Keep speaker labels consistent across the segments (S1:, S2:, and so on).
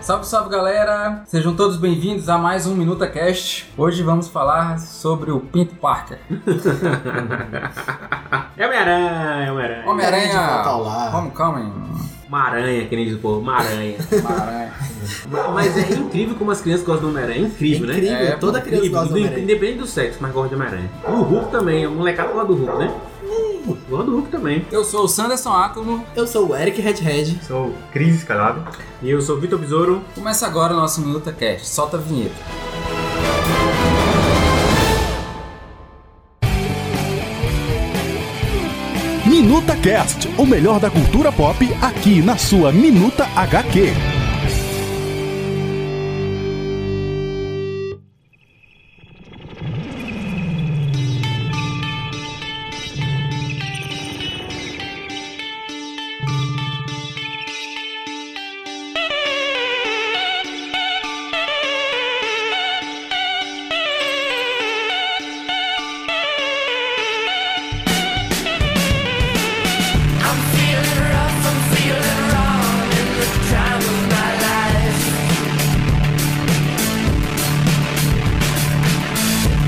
S1: Salve, salve galera! Sejam todos bem-vindos a mais um Minuta Cast. Hoje vamos falar sobre o Pinto Parker.
S2: É uma aranha, é uma aranha.
S3: Homem-Aranha de voltar
S1: Homem-Aranha!
S3: lá.
S1: Homecoming!
S2: Uma aranha, que nem diz o povo, uma aranha.
S1: Homem-Aranha.
S2: Ma- Mas é incrível como as crianças gostam do Homem-Aranha. É incrível, né?
S3: Incrível,
S1: É,
S3: toda criança
S2: Incrível,
S3: gosta do
S2: do-
S3: Homem-Aranha.
S2: independente do sexo, mas gosta de Homem-Aranha. O Hulk também, o molecada gosta do Hulk, né? Gosta do Hulk também.
S1: Eu sou o Sanderson Átomo.
S3: Eu sou o Eric Redhead.
S4: Sou Cris Escalado.
S2: E eu sou o Vitor Besouro.
S1: Começa agora o nosso Minuta Cast. Solta a vinheta.
S5: Minuta Cast, o melhor da cultura pop aqui na sua Minuta HQ.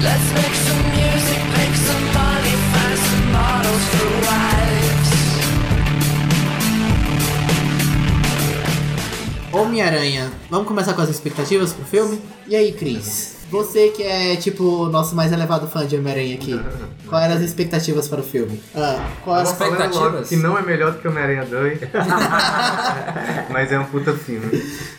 S6: Let's make some music, make some money, find some models for wives.
S3: Homem-Aranha. Vamos começar com as expectativas pro filme? E aí, Cris? Você que é, tipo, o nosso mais elevado fã de Homem-Aranha aqui. Qual eram as expectativas para o filme? Ah, qual era
S1: As
S3: a...
S1: expectativas?
S4: Que não é melhor do que Homem-Aranha 2. Mas é um puta filme.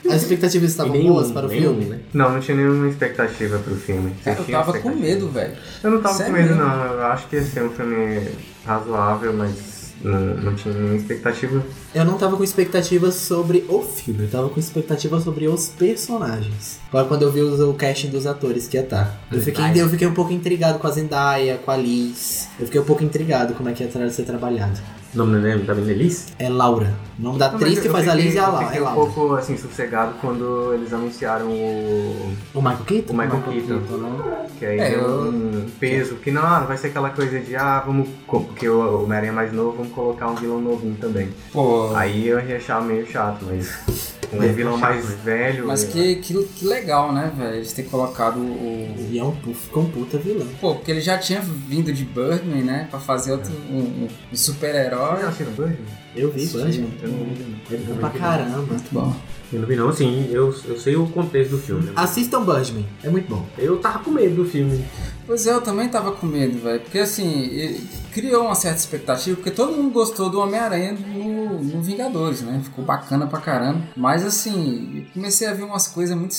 S3: As expectativas estavam
S2: nem
S3: boas
S2: um,
S3: para o
S2: nem
S3: filme?
S2: um, né?
S4: Não, não tinha nenhuma expectativa pro filme. Vocês
S1: Cara, É, eu
S4: tinham
S1: tava com
S4: expectativa?
S1: medo, velho.
S4: Eu não tava
S1: Sério
S4: com medo,
S1: mesmo?
S4: não. Eu acho que ia ser um filme razoável, mas não, não tinha nenhuma expectativa.
S3: Eu não tava com expectativas sobre o filme, eu tava com expectativas sobre os personagens. Agora quando eu vi os- o casting dos atores que ia tá. Eu fiquei, eu fiquei um pouco intrigado com a Zendaya, com a Liz. Eu fiquei um pouco intrigado como é que ia tra- ser trabalhado.
S2: O nome da menina da menina é Liz?
S3: É Laura. O nome da
S1: Tá
S4: Não,
S3: atriz
S4: mas
S3: que
S4: eu
S3: faz a
S4: fiquei-
S3: Liz é a
S4: eu
S3: Laura.
S4: fiquei
S3: É
S4: um
S3: Laura.
S4: pouco assim, sossegado quando eles anunciaram o.
S3: O Michael Keaton?
S4: O Michael Keaton. Que aí
S1: É,
S4: deu
S1: eu-
S4: um peso, que não, ah, não vai ser aquela coisa de, ah, vamos. co- Porque o Homem-Aranha é mais novo, vamos colocar um vilão novinho também.
S1: Pô,
S4: Aí eu ia achar meio chato, mas um vilão mais velho.
S1: mas que, que, que legal, né, velho? Eles terem colocado o.
S3: E é um, pu- ficou um puta vilão.
S1: Pô, porque ele já tinha vindo de Birdman, né? Pra fazer outro, um, um
S4: Vocês
S1: super-herói.
S4: assistiram Birdman?
S3: Eu vi,
S1: Sim.
S3: Bandman.
S4: Eu não vi, não.
S3: Bom Pra caramba.
S1: Bom,
S2: Eu não vi não, sim. Eu, eu sei o contexto do filme. né?
S3: Assistam Birdman, é muito bom.
S2: Eu tava com medo do filme.
S1: Pois é, eu também tava com medo, velho. Porque assim, e- criou uma certa expectativa, porque todo mundo gostou do Homem-Aranha no, no Vingadores, né? Ficou bacana pra caramba. Mas assim, eu comecei a ver umas coisas muito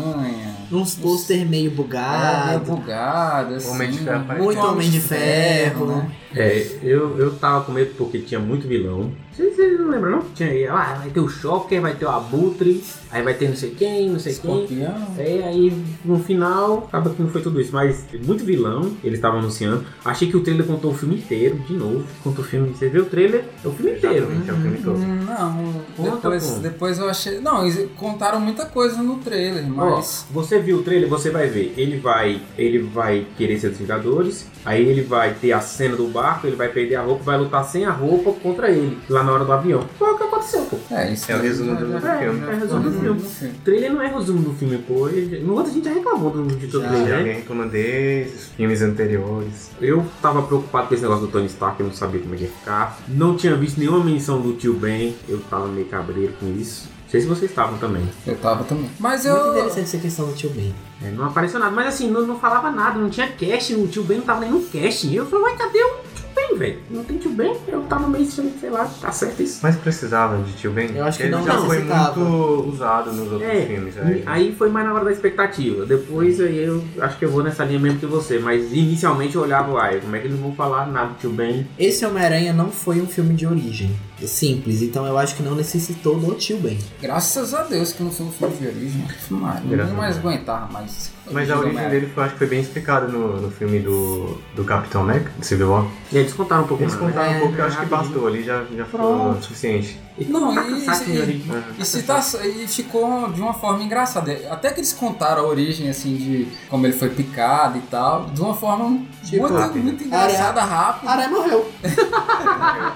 S1: estranhas.
S3: Uns pôster meio
S1: É, meio
S3: bugado.
S1: bugado, assim.
S4: Homem de Ferro parece-
S3: Muito Homem de Ferro,
S1: né?
S2: É, eu, eu tava com medo porque tinha muito vilão. Vocês vocês não lembram, não? Tinha, ah, vai ter o Shocker, vai ter o Abutre, aí vai ter não sei quem, não sei quem.
S1: Escorpião.
S2: É, aí no final, acaba que não foi tudo isso, mas muito vilão eles estavam anunciando. Achei que o trailer contou o filme inteiro, de novo. Contou o filme, você vê o trailer, é o filme inteiro.
S4: Exatamente, é o filme todo.
S1: Hum, Não,
S2: Conta,
S1: depois,
S2: pô.
S1: depois eu achei. Não, eles contaram muita coisa no trailer,
S2: Ó,
S1: mas.
S2: você viu o trailer, você vai ver. Ele vai, ele vai querer ser dos Vingadores, aí ele vai ter a cena do barco, ele vai perder a roupa, vai lutar sem a roupa contra ele, lá na hora do avião. Foi o que aconteceu, pô.
S1: É, isso
S4: É o
S1: daí
S4: resumo
S1: já-
S4: do
S1: já-
S4: filme.
S1: já
S2: É o resumo
S1: ficou
S2: do
S1: resumo
S2: filme.
S1: do filme.
S2: O trailer não é resumo do filme, pô. Ele- No outro a gente já reclamou do, de todo
S3: Já.
S2: trailer, né?
S4: Alguém reclama desses filmes anteriores.
S2: Eu tava preocupado com esse negócio do Tony Stark, eu não sabia como é que ia ficar. Não tinha visto nenhuma menção do tio Ben, eu tava meio cabreiro com isso. Não sei se vocês estavam também.
S1: Eu tava também. Mas
S3: Muito
S1: eu.
S3: interessante essa questão do tio Ben.
S2: É, não apareceu nada, mas assim, não, não falava nada, não tinha casting, o tio Ben não tava nem no casting. Eu falei, ué, cadê o tio Ben, velho? Não tem tio Ben? Eu tava meio, sem- sei lá, tá certo isso.
S4: Mas precisava de Tio Ben?
S3: Eu acho que
S4: Ele
S3: não
S4: já foi
S3: precisava.
S4: muito usado nos outros
S2: É,
S4: filmes. né?
S2: e aí foi mais na hora da expectativa. Depois aí eu acho que eu vou nessa linha mesmo que você, mas inicialmente eu olhava, ai, como é que eles não vão falar nada do tio Ben?
S3: Esse Homem-Aranha não foi um filme de origem. Simples, então eu acho que não necessitou do tio Ben.
S1: Graças a Deus que não foi um filme de origem. Mas
S4: Graças
S1: ninguém
S4: a
S1: mais
S4: Deus.
S1: aguentava mais. tipo
S4: Mas a
S1: né? é.
S4: origem dele foi, acho que foi bem explicada no, no filme do, do Capitão Mac, do Civil War.
S2: E aí eles contaram um pouco
S4: Eles
S2: mais,
S4: contaram
S2: né?
S4: um pouco, eu acho que
S2: rapidinho.
S4: bastou ali, já, já foi
S1: Pronto.
S4: o suficiente.
S1: Não, e,
S2: Saque em
S1: e,
S2: origem.
S1: e, se tá- e ficou de uma forma engraçada. Até que eles contaram a origem, assim, de como ele foi picado e tal, de uma forma
S3: Tipo,
S1: muito, muito engraçada, rápida.
S3: Aranha morreu.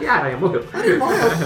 S2: E a aranha Ah, morreu.
S3: Aranha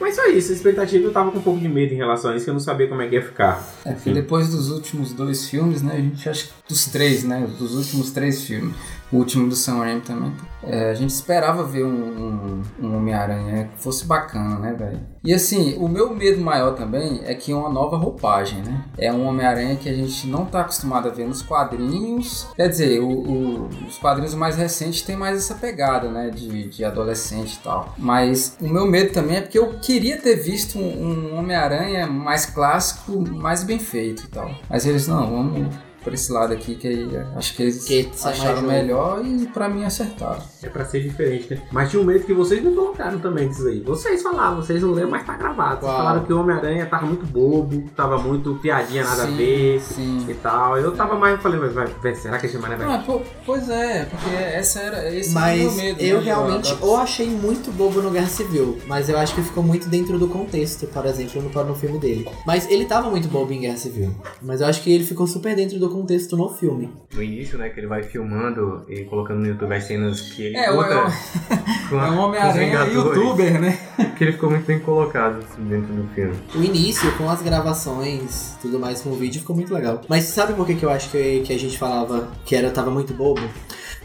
S2: Mas só isso, a expectativa eu tava com um pouco de medo em relação a isso, que eu não sabia como é que ia ficar.
S1: É, porque depois dos últimos dois filmes, né? A gente acha que dos três, né? Dos últimos três filmes. O último do Sam Raimi também. É, a gente esperava ver um, um, um Homem-Aranha que fosse bacana, né, velho? E assim, o meu medo maior também é que é uma nova roupagem, né? É um Homem-Aranha que a gente não tá acostumado a ver nos quadrinhos. Quer dizer, o- o- os quadrinhos mais recentes têm mais essa pegada, né? De, de adolescente e tal. Mas o meu medo também é porque eu queria ter visto um, um Homem-Aranha mais clássico, mais bem feito e tal. Mas eles, não, vamos por esse lado aqui, que aí acho que eles
S3: Que sai
S1: acharam
S3: mais um.
S1: melhor e pra mim acertaram.
S2: É pra ser diferente, né? Mas tinha um medo que vocês não colocaram também disso aí. Vocês falaram, vocês não lembram, mas tá gravado. Vocês
S3: Qual?
S2: falaram que o Homem-Aranha tava muito bobo, tava muito piadinha nada
S1: Sim,
S2: a ver
S1: Sim.
S2: e tal. Eu tava mais, eu falei, mas vai, vai, será que esse Mané vai...
S1: Ah, pô, pois é, porque essa era, esse era o
S3: Mas
S1: meu medo.
S3: eu
S1: né,
S3: realmente
S1: da-
S3: ou achei muito bobo no Guerra Civil, mas eu acho que ficou muito dentro do contexto, por exemplo, no, no filme dele. Mas ele tava muito bobo em Guerra Civil, mas eu acho que ele ficou super dentro do contexto no filme.
S4: No início, né, que ele vai filmando e colocando no YouTube as cenas que ele
S1: É, o-
S4: luta
S1: é o-
S4: com a-
S1: É um
S4: com
S1: Homem-Aranha
S4: os Vingadores,
S1: youtuber, né?
S4: Que ele ficou muito bem colocado assim, dentro do filme.
S3: O início, com as gravações, tudo mais com o vídeo, ficou muito legal. Mas sabe por que, que eu acho que, que a gente falava que era tava muito bobo?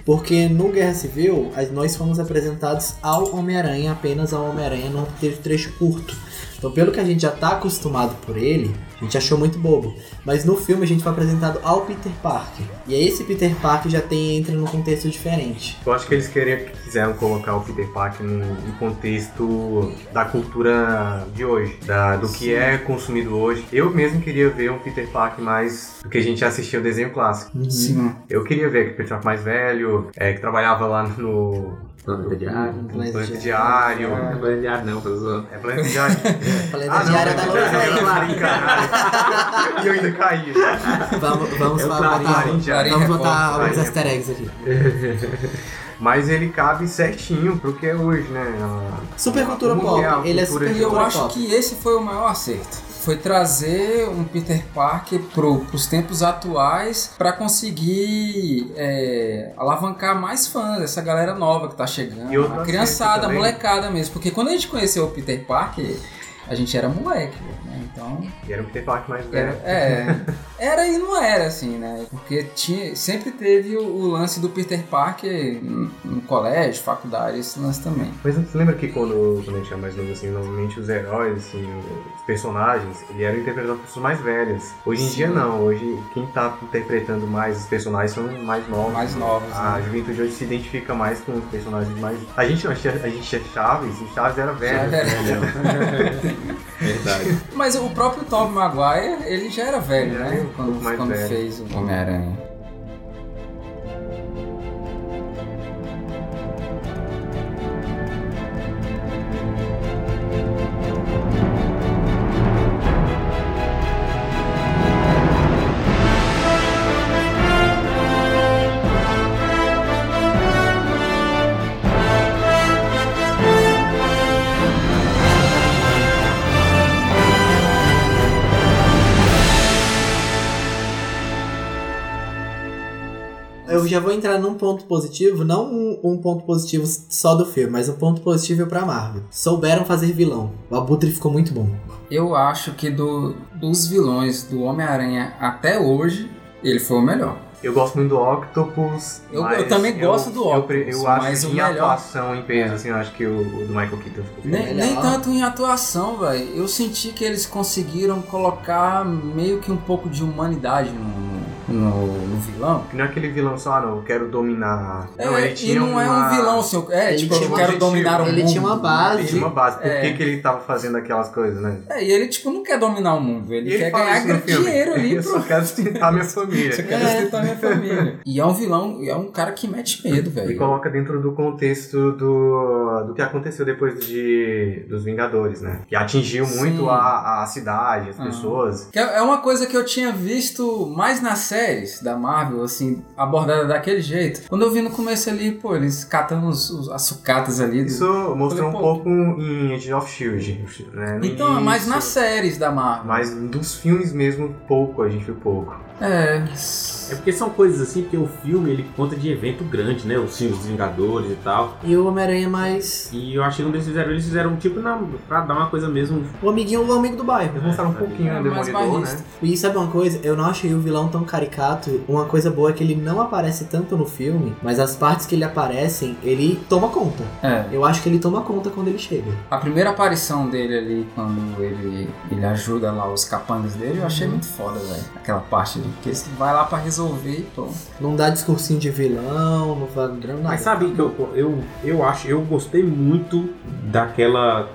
S3: Porque no Guerra Civil, as- nós fomos apresentados ao Homem-Aranha, apenas ao Homem-Aranha, não teve trecho curto. Então, pelo que a gente já tá acostumado por ele, a gente achou muito bobo. Mas no filme a gente foi apresentado ao Peter Parker. E aí esse Peter Parker já tem entra num contexto diferente.
S4: Tipo, Eu acho que eles queriam, quiseram colocar o Peter Parker no, no contexto da cultura de hoje, da- do que é consumido hoje. Eu mesmo queria ver um Peter Parker mais do que a gente assistia o desenho clássico.
S1: Sim.
S4: Eu queria ver aquele Peter Parker mais velho, é, que trabalhava lá no
S2: Planeta Diário.
S3: Planeta
S4: Planeta
S3: Diário.
S4: Diário.
S2: Não é Planeta Diário não, pessoal.
S4: É Planeta Diário. Ah,
S3: Planeta Diário da
S4: não,
S3: Lola
S4: é
S3: Flare.
S4: Clarim, caralho. E eu ainda caí.
S3: Vamos, vamos,
S2: É o
S3: falar-
S2: Clarim,
S3: botar-
S4: Clarim Diário.
S3: vamos botar
S4: Clarim
S3: alguns
S4: Diário.
S3: easter eggs aqui.
S4: Mas ele cabe certinho pro que é hoje, né? A-
S3: Super cultura
S4: Como
S3: pop.
S4: que a
S3: ele é
S4: cultura
S3: super
S4: de
S1: E eu
S3: cultura
S1: acho
S3: pop.
S1: que esse foi o maior acerto. Foi trazer um Peter Parker pro, pros tempos atuais pra conseguir é, alavancar mais fãs, essa galera nova que tá chegando.
S4: E outro
S1: a
S4: acerto
S1: criançada, a
S4: também.
S1: molecada mesmo. Porque quando a gente conheceu o Peter Parker, a gente era moleque, né? Então.
S4: E era o Peter Parker mais
S1: Era,
S4: velho.
S1: é, era e não era assim, né? Porque tinha, sempre teve o, o lance do Peter Parker no, no colégio, faculdade, esse lance também.
S4: Mas você lembra que quando, quando a gente era mais novo, assim, normalmente os heróis, assim, os personagens, ele era interpretado por pessoas mais velhas. Hoje em
S1: Sim.
S4: dia não, hoje quem tá interpretando mais os personagens são mais novos.
S1: Mais novos,
S4: A
S1: né?
S4: juventude hoje se identifica mais com os personagens mais. A gente não achia, a gente é Chaves, e Chaves era velho.
S1: Já era.
S2: Verdade.
S1: Mas o próprio Tom Maguire, ele já era velho,
S4: Ele era
S1: né?
S4: um
S1: Quando,
S4: pouco mais
S1: quando
S4: velho.
S1: fez o Homem-Aranha.
S3: Eu já vou entrar num ponto positivo, não um, um ponto positivo só do filme, mas um ponto positivo pra Marvel. Souberam fazer vilão. O Abutre ficou muito bom.
S1: Eu acho que do, dos vilões do Homem-Aranha até hoje, ele foi o melhor.
S4: Eu gosto muito do Octopus.
S1: Eu-
S4: mas
S1: eu também gosto do
S4: eu pre-
S1: Octopus,
S4: Eu, acho
S1: mas
S4: que
S1: o
S4: em
S1: melhor- Né?
S4: atuação em peso, assim, eu acho que o, o do Michael Keaton ficou bem.
S1: Nem,
S3: melhor.
S1: nem tanto em atuação, velho. Eu senti que eles conseguiram colocar meio que um pouco de humanidade no- no- no vilão.
S4: Não é aquele vilão só, ah, não, eu quero dominar.
S1: É,
S4: não, ele
S1: e
S4: tinha
S1: não
S4: uma-
S1: é um vilão, assim, eu- é,
S3: Ele
S1: tipo, eu
S3: tinha
S1: quero
S4: um objetivo.
S1: dominar o mundo.
S3: Ele tinha uma base.
S4: Ele tinha uma base. Por
S1: É.
S4: que, que ele tava fazendo aquelas coisas, né?
S1: É, e ele, tipo, não quer dominar o mundo, ele,
S4: E
S1: quer
S4: fala
S1: ganhar
S4: isso no filme.
S1: dinheiro ali
S4: Eu só
S1: pro...
S4: quero sustentar minha
S1: Eu
S4: família.
S1: quero
S3: É.
S1: sustentar minha família. E é um vilão, é um cara que mete medo,
S4: E
S1: velho.
S4: coloca dentro do contexto do, do que aconteceu depois de, dos Vingadores, né? Que atingiu
S1: Sim.
S4: muito a, a cidade, as
S1: Ah.
S4: pessoas.
S1: Que É é uma coisa que eu tinha visto mais nas séries da Marvel, assim, abordada daquele jeito. Quando eu vi no começo ali, pô, eles catando os, os, as sucatas ali. do-
S4: Isso mostrou um
S1: Pô.
S4: pouco em Age of Shield, né? No
S1: Então, é mais
S4: início.
S1: nas séries da Marvel.
S4: Mas dos filmes mesmo, pouco, a gente viu pouco.
S1: É.
S2: É porque são coisas assim, porque o filme ele conta de evento grande, né? Os filmes dos Vingadores e tal.
S3: E o Homem-Aranha mais.
S2: E eu achei que quando eles fizeram, eles fizeram tipo na, pra dar uma coisa mesmo.
S3: O amiguinho, o amigo do bairro.
S4: Eles mostraram um
S2: É,
S4: pouquinho
S1: é
S4: do
S1: mais
S4: Demolidor, né?
S1: barrista.
S3: E sabe uma coisa? Eu não achei o vilão tão caricato. Uma coisa boa é que ele não aparece tanto no filme, mas as partes que ele aparecem, ele toma conta.
S1: É.
S3: Eu acho que ele toma conta quando ele chega.
S1: A primeira aparição dele ali, quando ele, ele ajuda lá os capangas dele, eu achei muito foda, velho. Aquela parte ali. Porque ele vai lá pra resolver e pronto.
S3: Não dá discursinho de vilão, não faz nada.
S2: Mas sabe que eu, eu, eu acho, eu gostei muito daquela.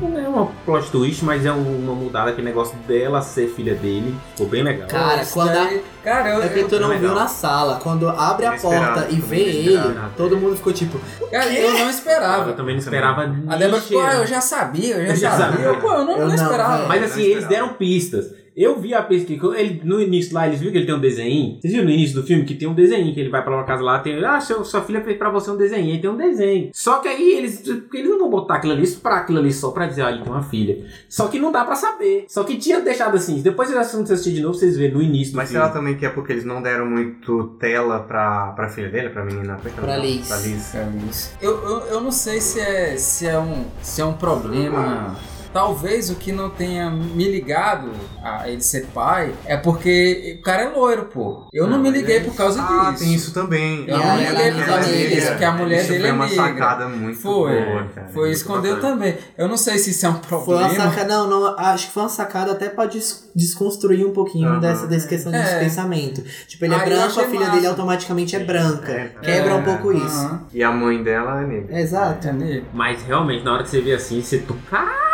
S2: Não é uma plot twist, mas é uma mudada, aquele negócio dela ser filha dele. Ficou bem legal.
S3: Cara,
S1: Isso
S3: quando a-
S1: daí- Cara, eu,
S3: É porque tu
S1: eu,
S3: não
S2: Legal.
S3: viu na sala. Quando abre a
S4: Inesperado,
S3: porta e
S4: também
S3: vê ele,
S4: inesperado.
S3: todo mundo ficou tipo,
S1: cara, eu não
S2: Eu
S1: esperava.
S2: também não esperava nem
S1: A Débora ficou, ah,
S2: cheirando.
S1: eu já sabia, eu já,
S2: Eu já
S1: sabia.
S2: sabia.
S1: Eu, Pô, eu não,
S3: Eu
S1: não
S3: não,
S1: esperava.
S3: velho.
S2: Mas
S4: não
S2: assim, eles
S4: esperava.
S2: deram pistas. Eu vi a pista que ele, no início lá, eles viram que ele tem um desenho. Vocês viram no início do filme que tem um desenho, que ele vai pra uma casa lá, tem, ah, seu, sua filha fez pra você um desenho, aí tem um desenho. Só que aí eles, porque eles não vão botar aquilo ali, pra aquilo ali só pra dizer, ah, ele tem uma filha. Só que não dá pra saber. Só que tinha deixado assim, depois vocês assistem vocês assistirem de novo, vocês verem no início do
S4: Mas
S2: filme.
S4: será também que é porque eles não deram muito tela pra, pra filha dele, pra menina? como é que é o
S3: Pra
S4: nome?
S3: Liz.
S4: Pra Liz.
S1: É isso. Eu, eu, eu não sei se é, se é um, se é um problema. Talvez o que não tenha me ligado a ele ser pai é porque o cara é loiro, pô. Eu não,
S2: Não,
S1: me
S2: mas
S1: liguei
S2: é
S1: por causa
S4: Ah,
S1: disso.
S4: tem isso também.
S1: Eu
S3: não
S4: A
S3: lembro
S4: mulher
S3: dele fazer
S4: dele é
S3: isso,
S4: negra.
S3: que
S1: a mulher
S4: isso
S1: dele
S4: foi
S1: é
S4: uma
S1: negra.
S4: sacada muito
S1: Foi.
S4: boa, cara.
S1: Foi,
S4: Muito
S1: escondeu
S4: bacana.
S1: também. Eu não sei se isso é um
S3: Foi
S1: problema.
S3: uma sacada, não, não, acho que foi uma sacada até pra des- desconstruir um pouquinho
S4: Aham.
S3: dessa, dessa questão desse
S1: É.
S3: pensamento. Tipo, ele é
S1: Aí eu
S3: branco,
S1: achei
S3: a filha
S1: massa.
S3: dele automaticamente é branca. Quebra
S1: É,
S3: um pouco isso.
S1: Aham.
S4: E a mãe dela é negra.
S3: Exato.
S1: Tá nele.
S2: Mas realmente, na hora que você vê assim, você tu. Caralho!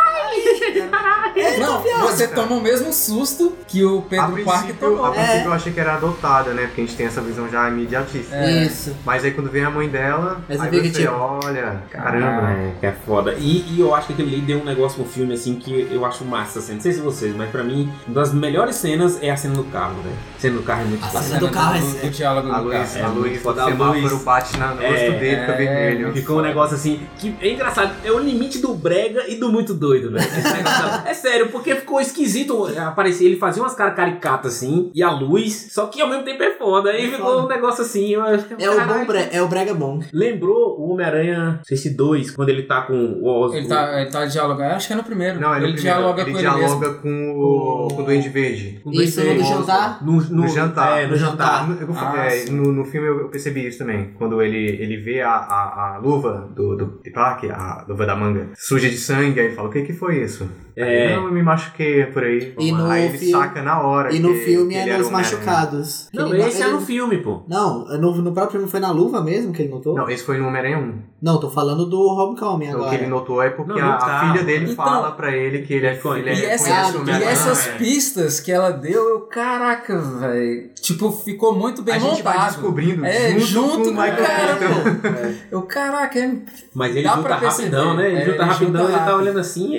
S1: Não, você toma o mesmo susto que o
S4: A
S1: Pedro Parque
S4: princípio,
S1: tomou.
S4: a
S3: É.
S4: princípio eu achei que era adotada, né? Porque a gente tem essa visão já imediatista.
S1: É.
S3: Isso.
S4: Mas aí quando vem a mãe dela,
S3: Mas
S4: aí
S3: eu vi
S4: você
S3: que tipo-
S4: olha,
S2: Ah,
S4: caramba.
S2: é, que é foda. E, e eu acho que aquele ali deu um negócio no filme, assim, que eu acho massa, assim. Não sei se vocês, mas pra mim, uma das melhores cenas é a cena do carro, velho. A cena do carro é muito
S3: A
S1: A
S2: massa.
S1: cena
S3: do carro,
S1: do,
S3: é-
S1: do diálogo
S4: A
S1: do
S4: luz,
S1: carro.
S2: é
S4: a
S2: muito
S4: luz, o
S2: foda, a
S4: semáforo
S2: luz.
S4: bate na- no rosto
S2: É,
S4: dele, fica
S1: é,
S4: vermelho.
S2: Ficou um negócio assim, que é engraçado, é o limite do brega e do muito doido, velho. Esse negócio- é sério, porque ficou esquisito aparecer, ele fazia umas caras caricatas assim, e a luz, só que ao mesmo tempo é foda, aí
S3: É
S2: ficou
S3: foda.
S2: um negócio assim, eu acho que
S3: É o, bom
S2: caralho.
S3: bre- é o brega bom.
S2: Lembrou o Homem-Aranha, não sei se 2, quando ele tá com o Osborn.
S1: Ele tá, ele tá dialogando, acho que é no primeiro.
S4: Não, é no
S1: ele
S4: primeiro.
S1: dialoga
S4: ele
S1: com ele mesmo.
S4: dialoga com o,
S3: Com-
S4: com o Duende Verde.
S2: com dois
S3: Isso no
S2: pés.
S3: jantar.
S2: No, no-
S4: No jantar.
S2: É, no,
S3: No
S2: jantar.
S4: Ah, eu vou-
S1: Ah,
S4: é,
S1: sim.
S4: no, no filme eu eu percebi isso também. Quando ele, ele vê a, a, a luva do, do Peter Parker, a luva da manga, suja de sangue, aí ele fala, o que que foi isso?
S2: É.
S4: Aí, não, eu me machuquei por aí.
S3: E no
S4: aí ele
S3: fi-
S4: saca na hora.
S3: E no
S4: que-
S3: filme
S4: que ele
S3: é
S4: era um
S3: nos
S4: o Homem-Aranha.
S3: machucados.
S2: Não,
S3: Ele-
S2: esse é no
S3: ele-
S2: filme, pô.
S3: Não, no, no próprio filme foi na luva mesmo que ele notou?
S4: Não, esse foi no Homem-Aranha 1.
S3: Não, tô falando do Homecoming
S4: Então, o que ele
S3: agora.
S4: notou é porque
S2: Não, no
S4: a, a
S2: carro.
S4: filha dele
S1: Então-
S4: fala pra ele que ele é
S2: Foi.
S4: filho.
S1: E,
S4: Ele
S1: essa-
S4: conhece o
S1: e
S4: Homem-Aranha.
S1: essas
S4: É.
S1: pistas que ela deu, eu, caraca, velho. Tipo, ficou muito bem
S4: a gente vai
S1: montado.
S4: descobrindo
S1: É,
S4: junto,
S1: junto
S4: com o
S1: com o
S4: Michael
S1: cara,
S4: Keaton.
S1: Eu, caraca, é.
S2: Mas ele
S1: Dá
S2: junta
S1: pra perceber.
S2: rapidão, né? Ele
S1: É,
S2: junta
S1: ele
S2: rapidão,
S1: junta
S2: ele tá
S1: rápido.
S2: olhando assim.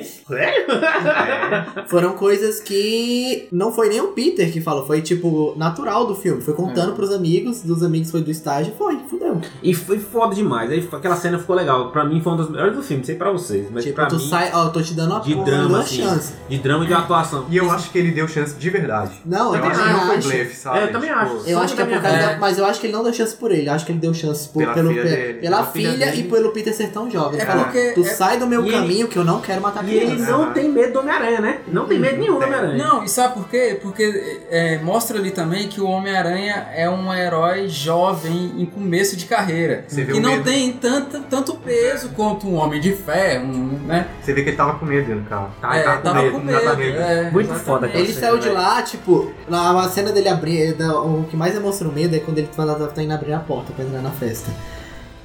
S3: Foram coisas que não foi nem o Peter que falou, foi tipo natural do filme. Foi contando pros amigos, dos amigos foi do estágio, foi, fudeu.
S2: E foi foda demais. Aí aquela cena ficou legal. Pra mim foi uma das melhores do filme, não sei pra vocês, mas
S3: tipo,
S2: pra
S3: tu
S2: mim.
S3: sai, ó, eu tô te dando uma
S2: de
S3: porra,
S2: drama,
S3: uma
S2: assim.
S3: chance.
S2: De drama e de atuação.
S4: E eu acho que ele deu chance de verdade.
S3: Não, eu,
S4: Eu acho que não foi
S3: acho.
S4: blefe, sabe?
S2: É, eu também
S4: Tipo,
S2: acho.
S3: Eu
S2: Só
S3: acho que é
S2: da minha
S3: por causa
S2: fé.
S3: da, Mas eu acho que ele não deu chance por ele. Acho que ele deu chance por,
S4: Pela
S3: pelo,
S4: filha
S3: pe-
S4: dele.
S3: pela
S4: Pela
S3: filha,
S4: filha
S3: e
S4: dele.
S3: pelo Peter ser tão jovem.
S1: É
S3: Falou,
S1: porque-
S3: tu
S1: é-
S3: sai do meu
S2: E ele-
S3: caminho que eu não quero matar
S2: E ele
S3: criança.
S2: não tem medo do Homem-Aranha, né? Não tem medo nenhum do Homem-Aranha.
S1: Não, e sabe por quê? Porque é, mostra ali também que o Homem-Aranha é um herói jovem em começo de carreira.
S4: Você vê
S1: que
S4: o
S1: não
S4: medo.
S1: tem tanto, tanto peso quanto um homem de fé, um, né?
S4: Você vê que ele tava com medo dentro do carro.
S2: Tá,
S1: É,
S2: tá
S1: tava
S2: medo,
S1: com
S4: tá
S1: medo.
S4: com medo.
S1: é,
S2: Muito
S1: exatamente.
S2: foda, cara.
S3: Ele saiu de lá, tipo, na a cena dele abrir, da- o que mais emociona o medo é quando ele fala, tá indo abrir a porta pra entrar na festa.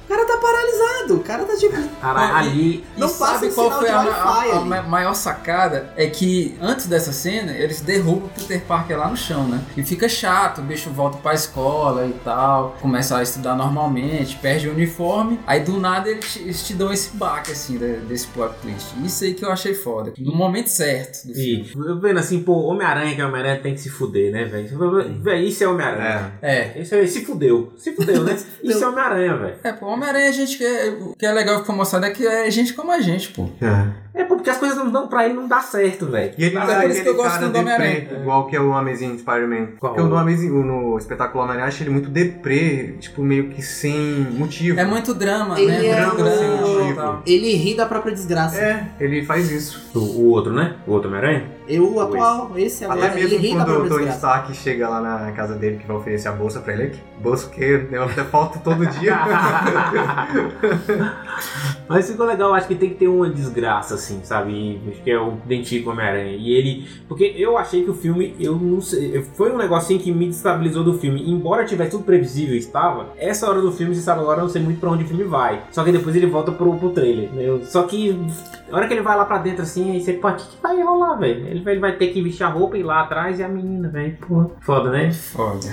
S3: O cara tá paralisado, o cara tá tipo.
S2: Caralho, ali.
S1: E
S3: Não passa
S1: sabe
S3: um
S1: qual
S3: sinal
S1: foi
S3: de
S1: a,
S3: Wi-Fi
S1: a- a
S3: ali.
S1: ma- maior sacada? É que antes dessa cena, eles derrubam o Peter Parker lá no chão, né? E fica chato, o bicho volta pra escola e tal, começa a estudar normalmente, perde o uniforme, aí do nada eles te, eles te dão esse baque, assim, de- desse plot twist. Isso aí que eu achei foda. No momento certo do filme.
S2: E eu vendo assim, pô, Homem-Aranha que é Homem-Aranha tem que se fuder, né, velho? Velho, isso é Homem-Aranha.
S4: É.
S1: É.
S2: Isso aí, se fudeu. Se fudeu, né? Isso é Homem-Aranha, velho.
S1: É, pô, Homem-Aranha, a gente que é, o que é legal ficar mostrando é que é gente como a gente, pô.
S4: É.
S2: É porque as coisas não dão pra ele, não dá certo, velho.
S4: E ele
S1: Mas
S4: não
S1: é por isso que eu gosto do Homem-Aranha.
S4: deprê, igual que é o Amazing Spider-Man.
S2: Qual?
S4: Porque o do Amazing, o- no espetáculo Homem-Aranha, acho ele muito deprê, tipo, meio que sem motivo.
S1: É muito drama,
S3: Ele
S1: né?
S3: é
S1: muito
S4: um-
S1: drama e
S4: tipo-
S1: tal.
S3: Ele ri da própria
S1: assim.
S3: desgraça.
S4: É, ele faz isso.
S2: O, o outro, né? O outro Homem-Aranha?
S3: Eu, o atual,
S1: É
S3: esse agora,
S1: assim.
S4: Até
S3: ele
S4: mesmo
S3: ri da
S4: quando
S3: própria
S4: o Tony
S3: desgraça.
S4: Stark chega lá na casa dele que vai oferecer a bolsa pra ele, é que bolsa que eu até falta todo dia.
S2: Mas ficou legal, acho que tem que ter uma desgraça, assim, sabe? E Acho que é o Dentico Homem-Aranha. E ele. Porque eu achei que o filme, eu não sei. Foi um negocinho que me destabilizou do filme. Embora tivesse tudo previsível e estava, essa hora do filme, você sabe agora, eu não sei muito pra onde o filme vai. Só que depois ele volta pro, pro trailer. né? Eu- Só que a hora que ele vai lá pra dentro assim, aí você, pô, o que, que vai rolar, velho? Ele, vai- ele vai ter que vestir a roupa e ir lá atrás e a menina, velho. Porra. Foda, né?
S1: Foda.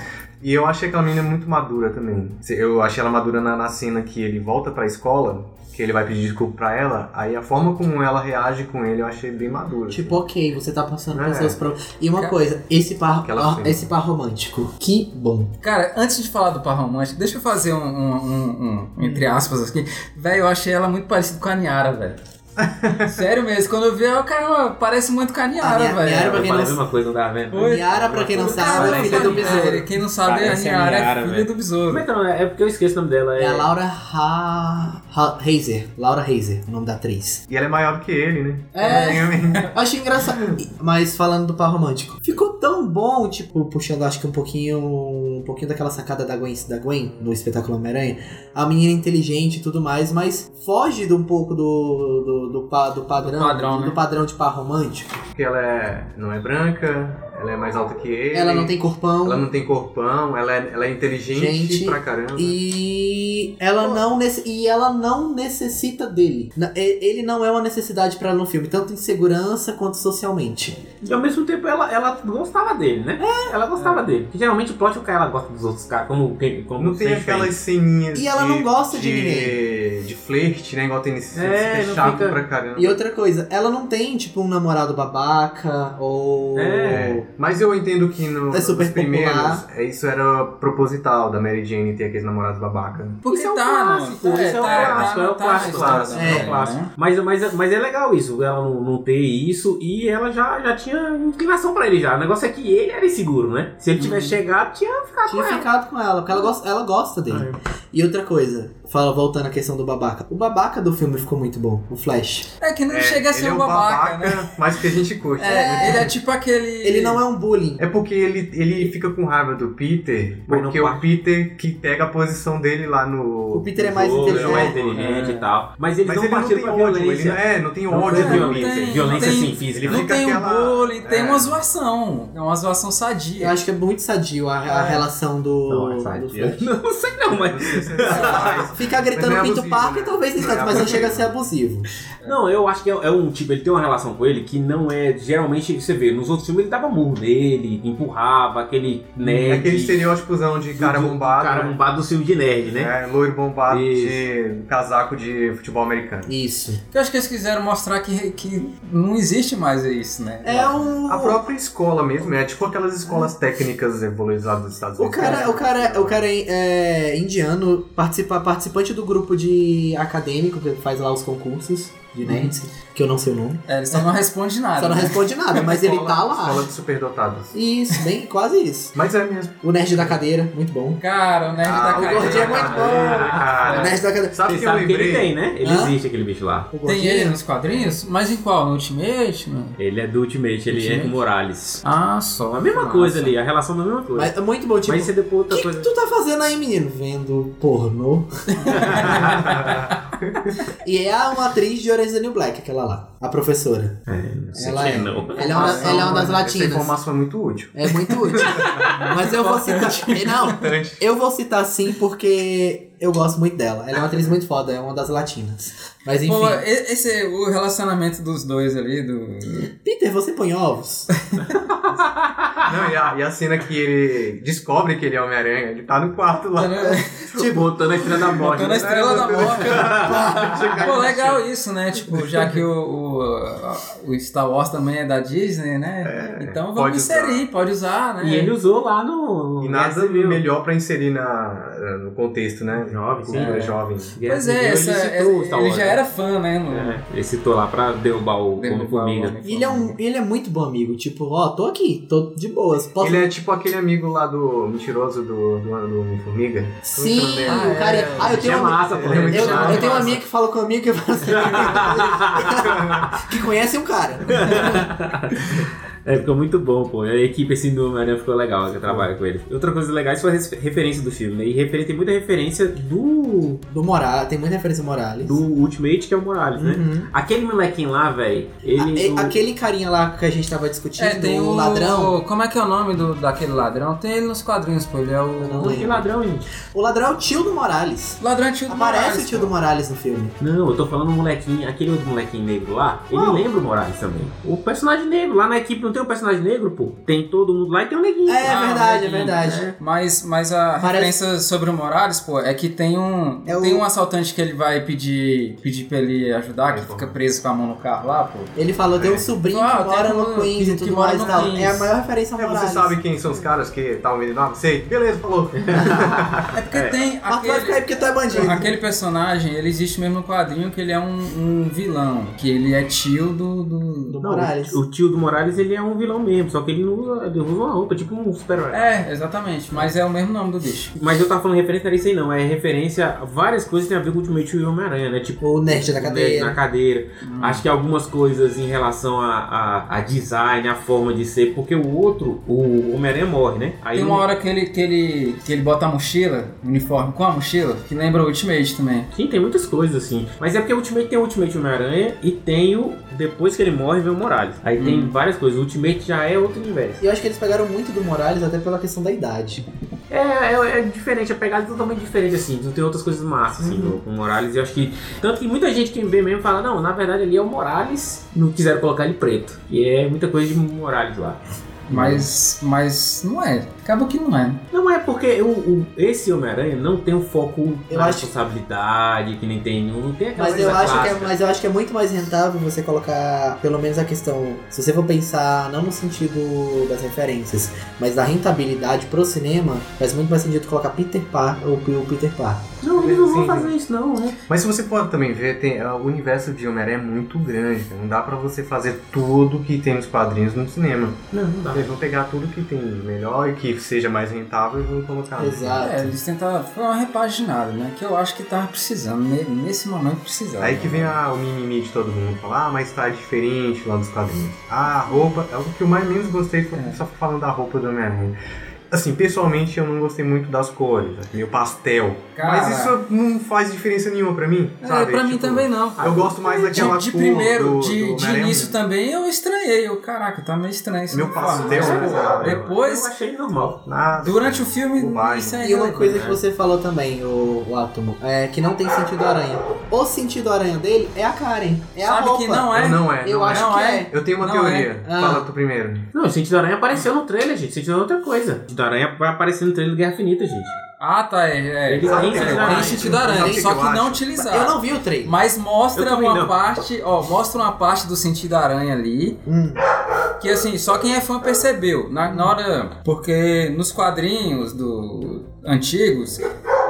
S4: E eu achei aquela menina é muito madura também. Eu achei ela madura na, na cena que ele volta pra escola, que ele vai pedir desculpa pra ela. Aí a forma como ela reage com ele eu achei bem madura.
S3: Tipo, ok, você tá passando pelos
S4: É.
S3: seus problemas. E uma
S1: Cara,
S3: coisa, esse par,
S4: aquela cena.
S3: esse par romântico, que bom.
S1: Cara, antes de falar do par romântico, deixa eu fazer um, um- um- um, entre
S2: Hum.
S1: aspas aqui. Velho, eu achei ela muito parecida com a Niara, velho. Sério mesmo, quando eu vi ela, cara, parece muito com a
S3: A
S1: Niara,
S3: Niara- Niara
S1: velho.
S3: pra
S2: Eu
S3: quem
S2: falei a
S3: não-
S2: mesma coisa, não né? tava vendo?
S1: Oi.
S3: Yara, pra quem não sabe,
S2: né?
S3: é a filha do besouro.
S1: Quem não sabe, a
S7: Parece a
S1: Niara é
S7: Niara,
S1: filha
S7: velho.
S1: do
S2: Como
S1: besouro.
S2: é que é o nome? É porque eu esqueço o nome dela.
S3: É a Laura ha... ha... Heiser. Laura Heiser, o nome da atriz.
S4: E ela é maior do que ele, né?
S3: É. Eu achei engraçado. Mas falando do par romântico, ficou tão bom, tipo, puxando acho que um pouquinho. Um pouquinho daquela sacada da Gwen, da Gwen no espetáculo Homem-Aranha. A menina inteligente e tudo mais, mas foge de um pouco do, do, do, pa- do padrão.
S1: Do padrão, né?
S3: do padrão de par romântico.
S4: Porque ela é, não é branca, ela é mais alta que ele.
S3: Ela não tem corpão.
S4: Ela não tem corpão, ela é, ela é inteligente
S3: Gente,
S4: pra caramba.
S3: E ela não nece- e ela não necessita dele. Na- e- Ele não é uma necessidade pra ela no filme, tanto em segurança quanto socialmente.
S2: E ao mesmo tempo ela, ela gostava dele, né? Ela gostava dele. Porque geralmente o plot o cara ela gosta dos outros caras, como quem- como
S4: Não tem
S2: sempre
S4: aquelas ceninhas.
S3: E ela
S4: de-
S3: não gosta de
S4: de, de flerte, né? Igual tem nesse
S2: É,
S4: é,
S2: não
S4: chato
S2: fica-
S4: pra caramba.
S3: E outra coisa, ela não tem tipo um namorado babaca ou
S2: É.
S4: Mas eu entendo que no,
S3: É super
S4: nos primeiros é, isso era proposital da Mary Jane ter aqueles namorados babaca.
S1: Porque
S2: Isso é um
S1: tá,
S2: clássico,
S1: mano.
S2: isso é um clássico, é um clássico,
S1: tá,
S4: clássico,
S1: tá,
S2: é um clássico. Mas, mas, mas é legal isso, ela não, não ter isso e ela já, já tinha inclinação pra ele já. O negócio é que ele era inseguro, né? Se ele tivesse chegado, tinha ficado com
S3: tinha
S2: ela.
S3: ficado com ela, porque ela gosta, ela gosta
S4: Ah,
S3: dele.
S4: é.
S3: E outra coisa, fala voltando à questão do babaca. O babaca do filme ficou muito bom, o Flash.
S1: É que não chega a ser
S4: ele é
S1: um babaca, né?
S4: mas que a gente curte.
S1: É, ele é tipo aquele.
S3: Ele não é um bullying.
S4: É porque ele, ele fica com raiva do Peter,
S2: Mas não
S4: porque o
S2: parte.
S4: Peter que pega a posição dele lá no.
S3: O Peter é mais
S2: Ou
S3: inteligente.
S2: é mais inteligente e tal. Mas eles
S4: Mas
S2: não
S4: ele não
S2: partiram pra
S4: tem ódio, ele não
S2: violência.
S4: é, não tem
S2: Não
S4: ódio
S2: tem
S4: do
S2: violência.
S4: Peter.
S1: não
S2: violência
S1: tem-
S2: sim, física.
S1: Não
S4: fica
S1: tem um
S4: aquela-
S1: bullying, tem
S4: é.
S1: uma zoação. É uma zoação sadia.
S3: Eu acho que é muito sadio a, a relação do,
S2: Não, é
S3: do
S2: sabe?
S3: Flash.
S2: Eu Não sei não, mas.
S3: Ficar gritando
S4: Mas não é
S3: Pinto
S4: abusivo,
S3: Parque
S4: né?
S3: talvez nem
S4: Não é
S3: tanto, mas não
S4: abusivo.
S3: chega a ser abusivo.
S2: Não, eu acho que é, é um tipo, ele tem uma relação com ele que não é. Geralmente, você vê, nos outros filmes ele dava murro nele, empurrava, aquele
S4: É
S2: nerd.
S4: aquele estereótipozão de cara
S2: do- do
S4: bombado. né?
S2: Cara bombado do filme de nerd, né?
S4: É, loiro bombado
S2: Isso.
S4: de casaco de futebol americano.
S3: Isso.
S1: Porque eu acho que eles quiseram mostrar que, que não existe mais isso, né?
S3: É um.
S4: A própria escola mesmo, é tipo aquelas escolas técnicas evoluídas lá dos Estados
S3: O
S4: Unidos.
S3: cara, o cara, o cara é, é indiano, participa, participante do grupo de acadêmico que faz lá os concursos de
S4: Uhum.
S3: nerds, que eu não sei o nome.
S1: É, ele só não responde nada.
S3: Só não
S1: né?
S3: responde nada, mas ele tá
S4: Escola- Escola
S3: lá.
S4: de superdotados.
S3: Isso, bem, quase isso.
S4: Mas é mesmo.
S3: O nerd da cadeira, muito bom.
S1: Cara, o nerd
S4: Ah,
S1: tá
S4: o
S1: caindo.
S3: gordinho é muito bom. O
S4: Ah,
S3: nerd da cadeira.
S4: Sabe o
S2: Você
S4: que eu
S2: sabe que ele
S4: lembrei?
S2: tem, né? Ele
S3: Hã?
S2: existe aquele bicho lá.
S3: O
S1: Tem
S3: gordinho.
S1: ele nos quadrinhos? Mas em qual? No Ultimate, mano?
S2: Ele é do Ultimate, ele é
S1: Ultimate?
S2: com Morales. É
S1: Ah, só.
S2: A mesma
S1: Nossa.
S2: coisa ali, a relação da mesma coisa.
S3: Mas é muito bom, tipo.
S2: Mas você depois
S3: o
S2: outra
S3: que, que
S2: coisa.
S3: tu tá fazendo aí, menino? Vendo pornô.
S2: né?
S3: e é uma atriz de Orange is the New Black, aquela lá. A professora.
S2: Não sei
S3: Ela
S2: que
S3: é.
S2: não.
S3: Ela é uma, das- ela é uma das
S4: Essa
S3: latinas.
S4: informação é muito útil.
S3: É muito útil. Mas eu vou citar. Não, eu vou citar sim porque eu gosto muito dela. Ela é uma atriz muito foda, é uma das latinas. Mas enfim.
S1: Pô, e- esse, o relacionamento dos dois ali, do.
S3: Peter, você põe ovos?
S4: Não, e a, e a cena que ele descobre que ele é Homem-Aranha, ele tá no quarto lá.
S2: Tipo, botando a estrela da morte.
S1: Botando a estrela da morte.
S4: Chegar
S1: Pô,
S4: no
S1: legal isso, né? Tipo, já que o, o, o Star Wars também é da Disney, né?
S3: É,
S1: então vamos
S4: pode usar.
S1: inserir, pode usar, né?
S2: E ele é usou lá no.
S4: E
S2: no
S4: nada
S2: SBU.
S4: melhor pra inserir na, no contexto, né?
S2: Jovem, sim.
S4: Cultura
S2: é.
S4: jovem.
S1: Pois é,
S2: Guerra
S1: essa,
S2: Civil,
S1: é-
S2: citou o Star
S1: ele
S2: Wars,
S1: já
S2: né?
S1: era fã, né? No,
S2: É, ele citou lá pra derrubar o
S1: Derrubar o
S2: Homem-Formiga.
S1: Homem-Formiga.
S3: Ele é, um, ele é muito bom amigo. Tipo, ó, tô aqui, tô de boas. Posso...
S4: Ele é tipo aquele amigo lá do mentiroso do, do, do Homem-Formiga.
S3: Sim,
S4: Muito bem.
S3: o cara. é- Ah, eu
S2: Ele
S3: tenho
S2: é
S3: um
S2: massa, pô.
S4: ele é
S3: Eu,
S4: muito
S3: eu
S4: chato.
S3: tenho uma amiga que fala comigo que fala assim, que conhece um cara.
S2: É, ficou muito bom, pô. A equipe assim do Homem-Aranha ficou legal, que eu trabalho com ele. Outra coisa legal, isso foi a res- referência do filme, né? E refer- tem muita referência do,
S3: Do Morales, tem muita referência ao Morales.
S2: do Ultimate, que é o Morales, né?
S3: Uhum.
S2: Aquele molequinho lá, velho,
S3: A-
S2: ele.
S3: e-
S2: o-
S3: Aquele carinha lá que a gente tava discutindo,
S1: É, tem
S3: o
S1: o
S3: ladrão.
S1: Como é que é o nome do, daquele ladrão? Tem ele nos quadrinhos, pô. Ele é o.
S3: não
S2: Que ladrão, gente.
S3: O ladrão é o tio do Morales.
S1: Ladrão é tio do
S3: Aparece
S1: Morales,
S3: o tio
S1: pô.
S3: do Morales no filme.
S2: Não, eu tô falando o molequinho, aquele outro molequinho negro lá, ele
S3: Qual?
S2: lembra o Morales também. O personagem negro, lá na equipe não tem um personagem negro, pô. Tem todo mundo lá e tem um neguinho.
S3: É
S1: Ah,
S3: verdade, é
S1: o
S3: verdade.
S1: Mas, mas a
S3: Parece-
S1: referência sobre o Morales, pô, é que tem um
S3: É o-
S1: tem um assaltante que ele vai pedir pedir pra ele ajudar, que
S4: Aí, pô.
S1: fica preso com a mão no carro lá, pô.
S3: Ele falou, tem um sobrinho
S1: Ah,
S3: que mora
S1: tem um
S3: no Queens
S1: que-
S3: e
S1: que
S3: tudo
S1: mora
S3: mais e
S1: no
S3: tal.
S1: Queens.
S3: É a maior referência ao
S4: É,
S3: Morales.
S4: você sabe quem são os caras que tá ouvindo? Não, sei. Beleza, falou.
S1: É porque tem
S3: Mas tu vai ficar aí
S1: aquele,
S3: porque tu é bandido.
S1: aquele personagem, ele existe mesmo no quadrinho que ele é um, um vilão, que ele é tio do, do-
S3: Do
S2: Não,
S3: Morales.
S2: o- o tio do Morales, ele é um vilão mesmo, só que ele não usa, ele usa uma roupa, tipo um super-herói.
S1: É, exatamente, mas é o mesmo nome do bicho.
S2: Mas eu tava falando referência, não era isso aí não. É referência a várias coisas que tem a ver com o Ultimate e o Homem-Aranha, né? Tipo,
S3: O nerd da
S2: o
S3: cadeia.
S2: nerd né? na cadeira.
S1: Uhum.
S2: Acho que algumas coisas em relação a, a, a design, a forma de ser, porque o outro, o Homem-Aranha morre, né? Aí
S1: Tem
S2: o-
S1: uma hora que ele, que ele, que ele bota a mochila, o uniforme com a mochila, que lembra o Ultimate também.
S4: Uhum.
S2: Sim, tem muitas coisas assim. Mas é porque o Ultimate tem o Ultimate Homem-Aranha e tem o. Depois que ele morre, vem o Morales. Aí
S1: Uhum.
S2: tem várias coisas. O Ultimate já é outro universo.
S3: E eu acho que eles pegaram muito do Morales até pela questão da idade.
S2: É, é, é diferente, a pegada é totalmente diferente, assim. Tu tem outras coisas massas, assim, no- com o Morales. E eu acho que. Tanto que muita gente que vê mesmo fala, não, na verdade ali é o Morales. Não quiseram colocar ele preto. E é muita coisa de Morales lá.
S1: Mas, mas não é. Acaba que não é.
S2: Não é porque o, o- esse Homem-Aranha não tem um foco
S3: Eu
S2: na
S3: acho-
S2: responsabilidade, que nem tem um. Não tem aquela
S3: Mas eu,
S2: coisa
S3: acho que é,
S2: clássica.
S3: mas eu acho que é muito mais rentável você colocar, pelo menos a questão, se você for pensar não no sentido das referências, mas da rentabilidade pro cinema, faz muito mais sentido colocar Peter Parker ou o Peter Parker.
S2: Não, eles não vão
S4: Sim.
S2: fazer isso, não, né?
S4: Mas se você pode também ver, tem, ah, o universo de Homem-Aranha é muito grande. cara. Não dá pra você fazer tudo que tem nos quadrinhos no cinema.
S2: Não, não dá.
S4: Eles vão pegar tudo que tem melhor e que seja mais rentável e vão colocar. no cinema.
S3: Exato.
S1: É, eles tentaram. Foi uma repaginada, né? Que eu acho que tava precisando. ne- Nesse momento precisava.
S4: Aí que vem a- o mimimi de todo mundo, falar, ah, mas tá diferente lá dos quadrinhos. Ah, a roupa, é o que eu mais menos gostei, foi
S2: É.
S4: só falando da roupa do Homem-Aranha. Assim, pessoalmente eu não gostei muito das cores, meio pastel.
S1: Cara.
S4: Mas isso não faz diferença nenhuma pra mim,
S1: É,
S4: sabe?
S1: pra mim
S4: Tipo,
S1: também não.
S4: Eu gosto mais daquela
S1: De, de
S4: cor
S1: primeiro,
S4: do-
S1: de,
S4: do
S1: de
S4: Homem-Aranha.
S1: início também eu estranhei. Eu, caraca, tá meio estranho esse
S4: Meu
S1: uniforme.
S4: pastel,
S3: tipo,
S1: Mas,
S4: né,
S1: pô,
S4: cara?
S2: É, Eu
S1: Depois,
S2: achei normal.
S4: Nada.
S1: durante o filme,
S4: Bobagem.
S1: isso aí.
S3: E uma coisa que
S2: né?
S3: você falou também, o, o Átomo, é que não tem sentido aranha. O sentido aranha dele é a Karen, é a
S1: Sabe
S3: roupa.
S1: que não é?
S4: Eu não é,
S3: Eu
S4: não é.
S3: acho
S1: não
S3: que
S1: é.
S3: é.
S4: Eu tenho uma
S1: Não
S4: teoria.
S3: é. Ah.
S4: Fala tu primeiro.
S2: Não, o Sentido Aranha apareceu no trailer, gente. Sentido Aranha é outra coisa. Sentido Aranha vai aparecer no trailer do Guerra Finita, gente.
S1: Ah, tá. É, é.
S2: Eles
S4: têm
S1: Tem
S4: sentido
S1: tem
S4: aranha.
S1: sentido aranha,
S4: Sabe o que
S1: só
S4: que
S1: que
S4: eu
S1: não
S4: acho?
S1: utilizado.
S3: Eu não vi o trailer.
S1: ah, Mas mostra
S2: Eu também
S1: uma
S2: não.
S1: parte, ó, mostra uma parte do sentido aranha ali.
S3: Hum.
S1: Que assim, só quem é fã percebeu. Na, na hora. Porque nos quadrinhos do antigos,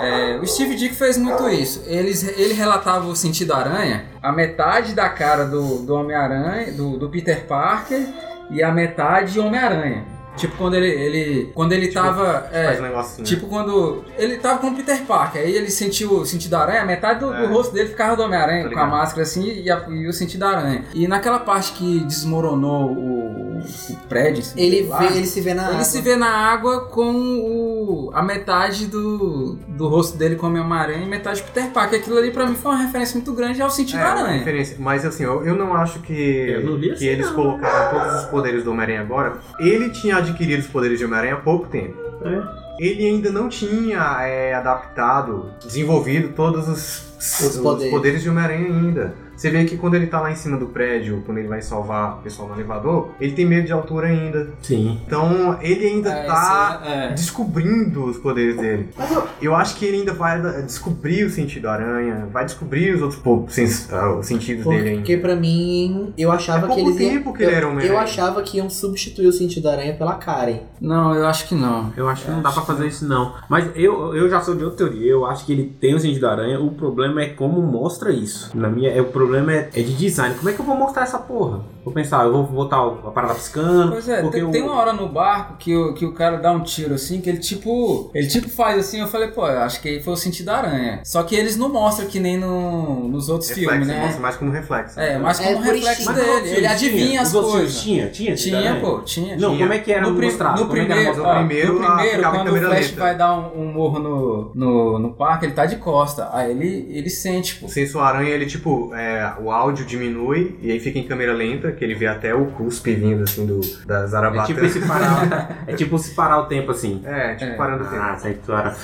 S1: é, o Steve Dick fez muito isso. Eles, ele relatava o sentido aranha, a metade da cara do, do Homem-Aranha, do, do Peter Parker, e a metade Homem-Aranha. Tipo, quando ele. ele quando ele
S2: Tipo,
S1: tava. é,
S4: Faz um negocinho.
S1: Tipo quando ele tava com o Peter Parker, aí ele sentiu o sentido da aranha, metade do, do
S4: É.
S1: rosto dele ficava do Homem-Aranha,
S4: Tá
S1: com a
S4: ligado.
S1: máscara assim e, a- e o sentido da aranha. E naquela parte que desmoronou o, o prédio, sei
S3: Ele,
S1: lá,
S3: vê, ele se vê na
S1: ele
S3: água.
S1: se vê na água com o, a metade do, do rosto dele como Homem-Aranha e metade do Peter Parker. Aquilo ali pra mim foi uma referência muito grande ao sentido
S4: É,
S1: da
S4: uma
S1: aranha.
S4: diferença. Mas assim, eu, eu não acho que,
S2: Eu não li
S4: que
S2: assim,
S4: eles
S2: não.
S4: colocaram todos os poderes do Homem-Aranha agora. Ele tinha adquirido os poderes de Homem-Aranha há pouco tempo.
S2: É.
S4: Ele ainda não tinha é, adaptado, desenvolvido todos os,
S3: Os poderes.
S4: de Homem-Aranha ainda. Você vê que quando ele tá lá em cima do prédio, quando ele vai salvar o pessoal no elevador, ele tem medo de altura ainda.
S2: Sim.
S4: Então ele ainda
S1: É,
S4: tá
S1: isso é- é.
S4: descobrindo os poderes dele. Mas eu, eu acho que ele ainda vai da- descobrir o sentido da aranha, vai descobrir os outros po- sens- ah, os sentidos dele
S3: Porque
S4: ainda.
S3: pra mim, eu achava
S4: É
S3: que
S4: pouco
S3: eles iam.
S4: tempo que
S3: eu,
S4: ele era Homem-Aranha.
S3: eu achava que iam substituir o sentido da aranha pela Karen.
S1: Não, eu acho que não.
S2: Eu acho que não dá pra fazer isso, não. Mas eu, eu já sou de outra teoria. Eu acho que ele tem o sentido da aranha. O problema é como mostra isso. Na minha, é, o problema é, é de design. Como é que eu vou mostrar essa porra? Vou pensar, eu vou botar o- a parada piscando.
S1: Pois é,
S2: porque
S1: tem,
S2: o-
S1: tem uma hora no barco que o, que o cara dá um tiro assim, que ele tipo. Ele tipo faz assim, eu falei, pô, eu acho que aí foi o sentido da aranha. Só que eles não mostram que nem no, nos outros filmes,
S4: Reflexo, mostra
S1: né?
S4: mais como reflexo.
S1: É, mas
S3: É
S1: como
S3: por
S1: reflexo
S3: instinto.
S2: Mas
S1: dele,
S2: os outros
S1: ele
S2: filmes tinha?
S1: adivinha as
S2: Os outros
S1: coisas.
S2: filmes Tinha, tinha, sentido da
S1: Tinha,
S2: aranha?
S1: pô, tinha.
S2: Não,
S4: Tinha.
S2: como é que era
S1: No, pri-
S2: mostrado?
S1: no
S2: Como é que era
S1: primeiro,
S2: mostrado?
S1: ó,
S4: primeiro,
S1: no
S4: a-
S1: primeiro
S4: ficava em
S1: quando o
S4: câmera
S1: Flash
S4: lenta.
S1: vai dar um, um morro no, no, no parque, ele tá de costa. Aí ele, ele sente, pô.
S4: O senso aranha, ele tipo, é, o áudio diminui e aí fica em câmera lenta, que ele vê até o cuspe vindo assim do, da
S2: É
S4: Zarabata.
S2: tipo esse parar, é tipo se parar o tempo assim.
S4: É, tipo
S1: É.
S4: parando o tempo.
S2: Ah, sei que tu era.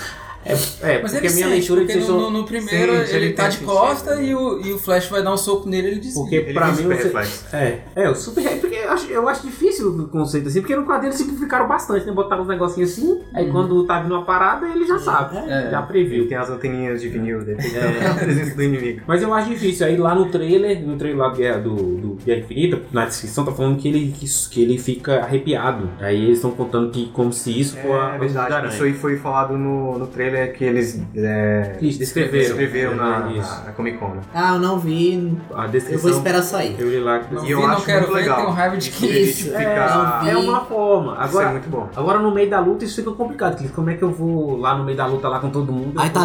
S2: É, é
S1: Mas ele
S2: porque a minha
S1: sente,
S2: leitura de
S1: porque
S2: sessão-
S1: no, no, no primeiro
S4: sente,
S1: ele,
S4: ele
S1: tá
S4: tem
S1: de
S4: que
S1: costa
S4: sentir.
S1: e o, e o Flash vai dar um soco nele e ele desvia.
S2: né? Porque
S4: Ele
S2: pra
S4: tem
S2: mim
S4: super
S2: você-
S4: reflexo.
S2: É, é, o super é porque eu acho, eu acho difícil o conceito assim, porque no quadrinho eles simplificaram bastante, né? Botaram uns negocinhos assim, aí
S3: Uhum.
S2: quando tá vindo uma parada, ele já sabe,
S1: É.
S2: já previu.
S4: Ele tem as anteninhas de vinil dele. Então,
S2: É.
S4: A presença do inimigo.
S2: Mas eu acho difícil. Aí lá no trailer, no trailer lá do Guerra- do, do Guerra Infinita, na descrição tá falando que ele, que, isso- que ele fica arrepiado. Aí eles estão contando que como se isso for a
S4: É
S2: coisa da
S4: verdade,
S2: aranha.
S4: isso aí foi falado no, no trailer que eles é,
S2: Eles descreveram. É,
S4: escreveram na,
S2: Isso.
S4: na, na Comic Con. né?
S3: Ah, eu não vi.
S2: A
S3: Eu
S2: descrição.
S3: vou esperar sair.
S2: Eu li lá.
S1: Não
S4: E
S1: vi,
S4: eu
S1: não
S4: acho
S1: quero
S4: muito
S1: ver,
S4: legal.
S1: tenho raiva de que.
S4: Ele
S3: Isso,
S4: fica-
S3: é, eu vi.
S2: É uma forma.
S4: Isso é
S2: Agora,
S4: muito bom.
S2: Agora no meio da luta isso fica complicado, que como é que eu vou lá no meio da luta lá com todo mundo?
S3: Aí tá.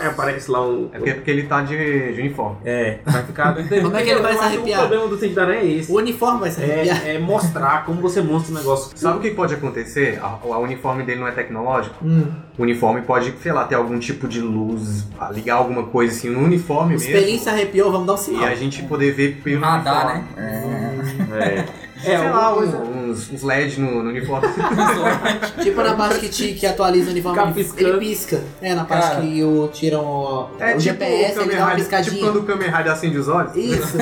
S2: Aí aparece lá um.
S4: É porque, é porque ele tá de, de uniforme.
S2: É, vai ficar.
S3: Como é que ele vai
S2: Eu
S3: se
S2: acho que
S3: arrepiar?
S2: O problema do Sentido da Aranha é
S3: O
S2: esse.
S3: uniforme vai sair.
S2: É, é mostrar como você monta o negócio.
S4: Sabe o que pode acontecer? A, a uniforme dele não é tecnológico.
S3: Hum,
S4: O uniforme pode, sei lá, ter algum tipo de luz, ah, ligar alguma coisa assim no uniforme
S3: o
S4: mesmo.
S3: espelhinho se arrepiou, vamos dar um
S4: E
S3: sinal.
S4: a gente poder ver pelo
S1: Radar,
S4: uniforme.
S1: né? É.
S2: É,
S4: Sei
S2: alguma
S4: lá,
S2: coisa-
S4: um- uns, uns LED no, no uniforme.
S3: Tipo na parte que, te, que atualiza o
S2: Fica
S3: uniforme, ele-
S2: piscando.
S3: ele pisca. É, na parte
S1: Cara.
S3: que o, tiram o, o GPS, ele
S4: É tipo
S3: dá
S4: Kamen
S3: uma
S4: Rider-
S3: piscadinha.
S4: Tipo quando o Kamen Rider acende os olhos.
S3: Isso.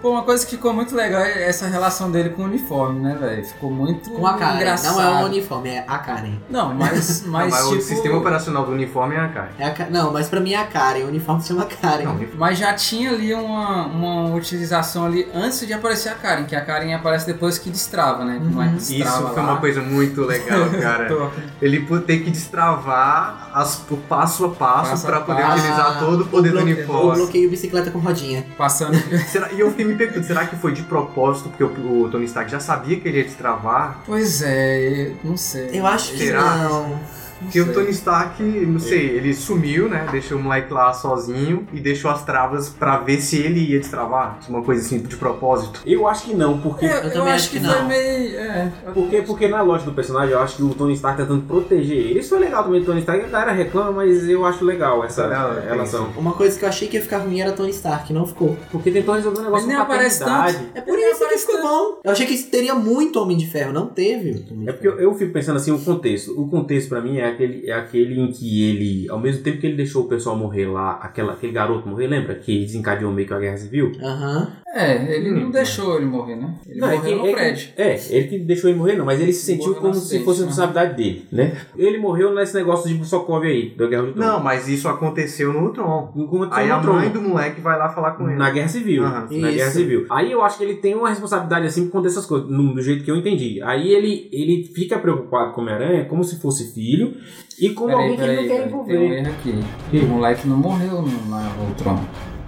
S1: Pô, uma coisa que ficou muito legal é essa relação dele com o uniforme, né, velho? Ficou muito
S3: Com a Karen.
S1: engraçado.
S3: Não é o uniforme, é a Karen.
S1: Não, mas,
S4: Não,
S1: mas,
S4: Mas,
S1: tipo,
S4: o sistema operacional do uniforme é a cara.
S3: É a Ka- Não, mas pra mim é a Karen. O uniforme se chama Karen.
S4: Não, o uniforme-
S1: Mas já tinha ali uma, uma utilização ali antes de aparecer a Karen, que a Karen aparece depois que destrava, né? Como é
S3: Uhum.
S1: que
S4: Isso
S1: destrava
S4: foi
S1: lá.
S4: uma coisa muito legal, cara.
S1: Tô.
S4: Ele pu- tem que destravar as- o passo a passo
S1: Passo a
S4: pra poder
S1: passo.
S4: utilizar todo o poder do
S3: Eu
S4: uniforme.
S3: bloqueio bicicleta com
S4: é.
S3: rodinha.
S1: Passando.
S4: Será- e eu fiquei me perguntando, será que foi de propósito? Porque o, o Tony Stark já sabia que ele ia destravar?
S1: Pois é, eu não sei.
S3: Eu acho que
S4: Será?
S3: não.
S1: Não
S4: Porque o
S1: sei.
S4: Tony Stark, não sei, ele sumiu, né? Deixou o moleque lá sozinho e deixou as travas pra ver se ele ia destravar. Uma coisa assim, de propósito.
S2: Eu acho que não, porque.
S1: Eu,
S3: Eu
S1: eu
S3: também
S1: acho que, foi
S3: não.
S1: meio. É,
S2: Porque, porque na lógica do personagem, eu acho que o Tony Stark tá tentando proteger ele. Isso é legal também do Tony Stark, a galera reclama, mas eu acho legal essa
S4: Não, tem
S2: relação.
S3: Uma coisa que eu achei que ia ficar ruim era Tony Stark, não ficou.
S2: Porque tentou resolver um negócio
S1: Ele
S2: com
S1: nem aparece
S2: paternidade.
S1: tanto.
S3: É por
S1: Ele
S3: isso que
S1: aparece
S3: ficou bom. Eu achei que isso teria muito Homem de Ferro, não teve. Homem de
S2: É porque eu, eu fico pensando assim, o contexto. O contexto pra mim é aquele, é aquele em que ele, ao mesmo tempo que ele deixou o pessoal morrer lá, aquela, aquele garoto morrer, lembra? Que desencadeou meio que a guerra civil.
S3: Ferro. Aham.
S1: é, ele não
S4: Hum.
S1: deixou ele morrer, né? Ele
S2: Não, é
S1: morreu
S2: que-
S1: no
S2: é que-
S1: prédio.
S2: É, ele que deixou ele morrer, não, mas ele se
S1: Ele
S2: sentiu
S1: morreu
S2: como
S1: no
S2: se
S1: acidente,
S2: fosse
S1: né?
S2: responsabilidade dele, né? Ele morreu nesse negócio de Sokov aí, da guerra do
S4: Não,
S2: Trono.
S4: mas isso aconteceu no Ultron.
S2: Enquanto
S4: Aí a
S2: encontrou
S4: mãe do moleque vai lá falar com ele.
S2: Na guerra civil.
S4: Aham.
S2: Na
S3: Isso.
S2: guerra civil. Aí eu acho que ele tem uma responsabilidade assim por conta dessas coisas, no- do jeito que eu entendi. Aí ele, ele fica preocupado com o Homem-Aranha como se fosse filho e como alguém que ele não quer
S1: tem um
S2: envolver.
S1: erro aqui. O moleque não morreu no, na Voltron.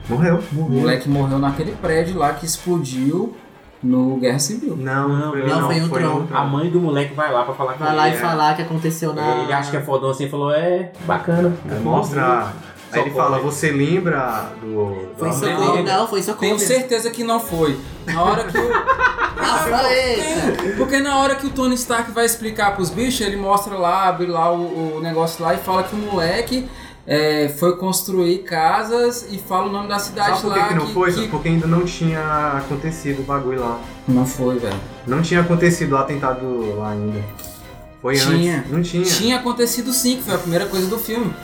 S4: Morreu.
S1: O moleque morreu naquele prédio lá que explodiu no Guerra Civil.
S4: Não,
S2: Não,
S4: foi-
S2: não,
S3: foi
S4: no
S3: Ultron.
S4: Ultron.
S2: A mãe do moleque vai lá pra falar com
S3: Vai lá
S2: ele. é-
S3: e falar que aconteceu na.
S2: Ele acha que é fodão assim e falou: é, bacana.
S4: Aí Mostra. Aí ele
S2: Socorro.
S4: fala, você lembra do.
S3: Foi em
S4: do-
S1: Tem-
S3: Socorro. Não, foi em
S1: Tenho
S3: Socorro.
S1: certeza que não foi. Na hora que o,
S2: é
S3: Ah, foi esse.
S1: porque na hora que o Tony Stark vai explicar pros bichos, ele mostra lá, abre lá o, o negócio lá e fala que o moleque é, foi construir casas e fala o nome da cidade
S4: Sabe por
S1: lá.
S4: que, que não foi? Porque ainda não tinha acontecido o bagulho lá.
S1: Não foi, velho.
S4: Não tinha acontecido o atentado lá ainda. Foi
S1: Tinha.
S4: antes. Não tinha.
S1: Tinha acontecido sim, que foi a primeira coisa do filme.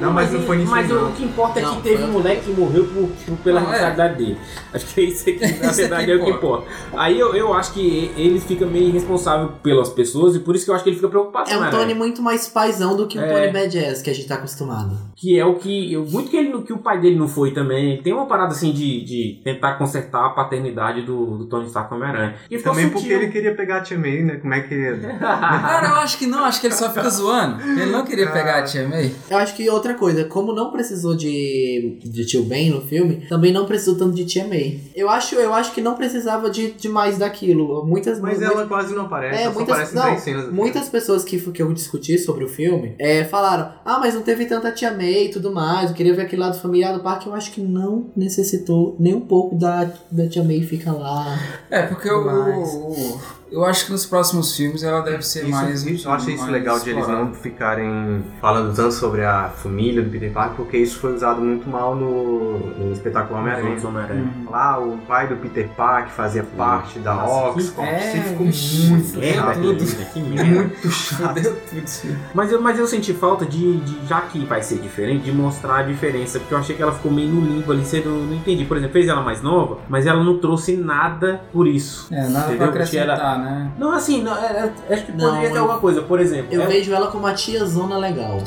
S4: Não, mas não foi nisso
S2: Mas
S4: não.
S2: o que importa é
S3: Não,
S2: que teve
S3: foi-
S2: um moleque que morreu por, por- pela
S1: Não, é.
S2: responsabilidade dele. Acho que é isso aqui, na
S1: Isso é
S2: verdade,
S1: que
S2: é o que importa. Aí eu, eu acho que ele fica meio irresponsável pelas pessoas e por isso que eu acho que ele fica preocupado
S3: É
S2: né,
S3: um
S2: velho?
S3: Tony muito mais paizão do que um
S2: É.
S3: Tony badass que a gente tá acostumado.
S2: Que é o que. eu- Muito que, ele, que o pai dele não foi também. Tem uma parada assim de, de tentar consertar a paternidade do, do Tony Stark com o Homem-Aranha. E ficou
S4: Também porque
S2: sutil.
S4: ele queria pegar a Tia May, né? Como é que ele...
S1: Cara, eu acho que não, acho que ele só fica zoando. Ele não queria
S4: Cara.
S1: pegar a Tia May.
S3: Eu acho que outra coisa, como não precisou de, de tio Ben no filme, também não precisou tanto de tia May. Eu acho, eu acho que não precisava de, de mais daquilo. Muitas
S4: Mas
S3: muitas-
S4: ela quase não aparece,
S3: É,
S4: ela só
S3: muitas-
S4: aparece
S3: não,
S4: em três cenas. do
S3: Muitas pessoas que, que eu discuti sobre o filme é, falaram: Ah, mas não teve tanta Tia May e tudo mais. Eu queria ver aquele lado familiar do parque. Eu acho que não necessitou nem um pouco da, da Tia May ficar lá.
S1: É, porque o,
S3: Mas-
S1: o- Eu acho que nos próximos filmes ela deve ser
S4: Isso,
S1: mais.
S4: isso- eu achei isso
S1: mais
S4: legal de eles
S1: explorada.
S4: não ficarem falando tanto sobre a família do Peter Parker, porque isso foi usado muito mal no, no espetáculo Homem-Aranha. Hum.
S2: Homem-Aranha.
S4: Lá o pai do Peter Parker fazia parte da
S2: Nossa, que é
S4: Oxford.
S1: é,
S4: Você ficou
S1: que
S4: muito
S1: merda
S4: chato.
S1: aquilo.
S2: né? que merda.
S4: Muito chato.
S1: Fudeu tudo isso.
S2: Mas eu, mas eu senti falta de, de- já que vai ser diferente, de mostrar a diferença, porque eu achei que ela ficou meio no limbo ali, você não, não entendi. Por exemplo, fez ela mais nova, mas ela não trouxe nada por isso.
S1: É, nada pra
S2: Entendeu? Porque ela-
S1: acrescentar, né?
S2: Não, assim, não, é- é- acho que
S3: Não,
S2: poderia ter
S3: eu-
S2: alguma coisa, por exemplo. é,
S3: Eu
S2: ela-
S3: vejo ela como a tia zona legal.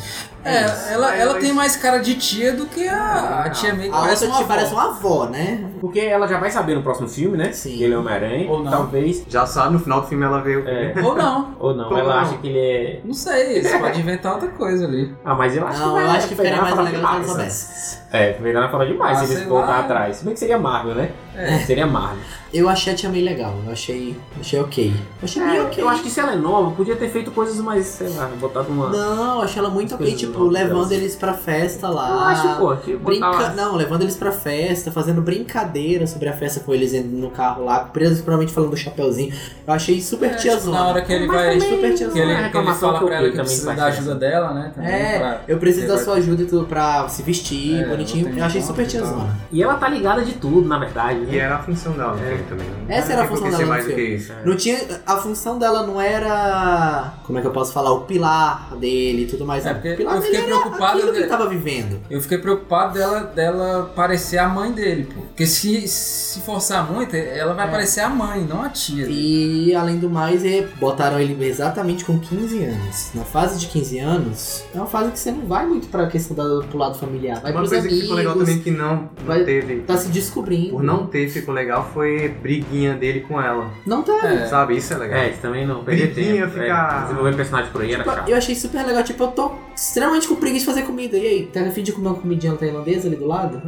S1: É, Ah, ela,
S4: Aí
S1: ela
S4: vai-
S1: tem mais cara de tia do que a, a tia May. que
S3: A outra
S1: tia
S3: uma, parece uma avó, né?
S2: Porque ela já vai saber no próximo filme, né?
S3: Sim.
S2: Que ele é Homem-Aranha.
S1: Ou não.
S2: Talvez.
S4: Já sabe, no final do filme ela veio.
S2: É,
S1: Ou não.
S2: ou não.
S4: Ou
S2: ela
S4: não.
S2: acha que ele é.
S1: Não sei, você pode inventar outra coisa ali.
S2: Ah, mas eu acho que
S3: Não,
S2: vai
S3: eu acho que
S2: pegar
S3: ficaria mais
S2: na
S3: legal que ela
S2: demais, né?
S3: soubesse.
S2: É, pegar na fala demais
S1: Ah,
S2: se eles
S1: sei
S2: voltar
S1: lá.
S2: atrás. Se bem que seria Marvel, né?
S1: É.
S2: Seria Marvel.
S3: Eu achei a Tia May legal. Eu achei, achei ok. Eu achei
S2: É,
S3: bem ok.
S2: Eu acho que se ela é nova, podia ter feito coisas mais, sei lá, botado uma.
S3: Não, eu achei ela muito ok.
S2: Coisas
S3: Tipo,
S2: novas
S3: levando
S2: delas.
S3: eles pra festa lá.
S2: eu acho, pô, que botar
S3: Ah, Brinca...
S2: lá.
S3: Não, levando eles pra festa, fazendo brincadeira sobre a festa com eles indo no carro lá, presos, provavelmente falando do chapeuzinho. Eu achei super
S1: É, tipo,
S3: tiazona.
S1: na hora que ele
S2: Mas
S1: vai.
S2: também
S1: Que
S3: super
S1: ele,
S3: tiazona.
S1: que
S2: não é
S1: ele
S2: reclamação
S1: fala
S2: que eu
S1: pra ela que
S2: também
S1: precisa
S3: tá
S2: faz
S1: da ajuda
S2: diferença.
S1: dela, né? também,
S3: É,
S1: pra-
S3: eu preciso da
S1: Ele
S3: sua ajuda e tudo pra se vestir,
S1: É,
S3: bonitinho.
S1: ela tem então, né?
S3: Eu achei
S1: nota
S3: super
S1: e tal.
S3: tiazona.
S2: E ela tá ligada de tudo, na verdade,
S4: E
S2: né?
S4: era a função dela no filme também.
S3: Essa era a função dela
S4: Não tem
S3: no
S4: mais do que
S3: filme.
S4: isso.
S3: Não tinha. A função dela não era. Como é que eu posso falar? O pilar dele e tudo mais.
S1: É,
S3: O
S1: porque
S3: pilar
S1: eu fiquei
S3: dele era
S1: preocupado
S3: aquilo que
S1: de-
S3: ele tava vivendo.
S1: Eu fiquei preocupado dela, dela parecer a mãe dele, pô. Porque se, se forçar muito, ela vai
S3: É.
S1: parecer a mãe, não a tia.
S3: E além do mais, é, botaram ele exatamente com 15 anos. Na fase de 15 anos, é uma fase que você não vai muito pra questão da, pro lado familiar. Vai
S4: Uma
S3: pros
S4: coisa que
S3: amigos,
S4: ficou legal também é que não, não
S3: vai-
S4: teve.
S3: tá se descobrindo.
S4: Por não ter ficou legal foi briguinha dele com ela.
S3: Não tá.
S1: É.
S4: Sabe? Isso é legal.
S2: É, isso também não. Perder
S4: Briguinha
S2: tempo.
S4: fica-
S2: É, desenvolver personagem por aí era chato.
S3: Eu achei super legal, tipo, eu tô extremamente com preguiça de fazer comida. E aí, tá afim de comer uma comidinha tailandesa ali do lado?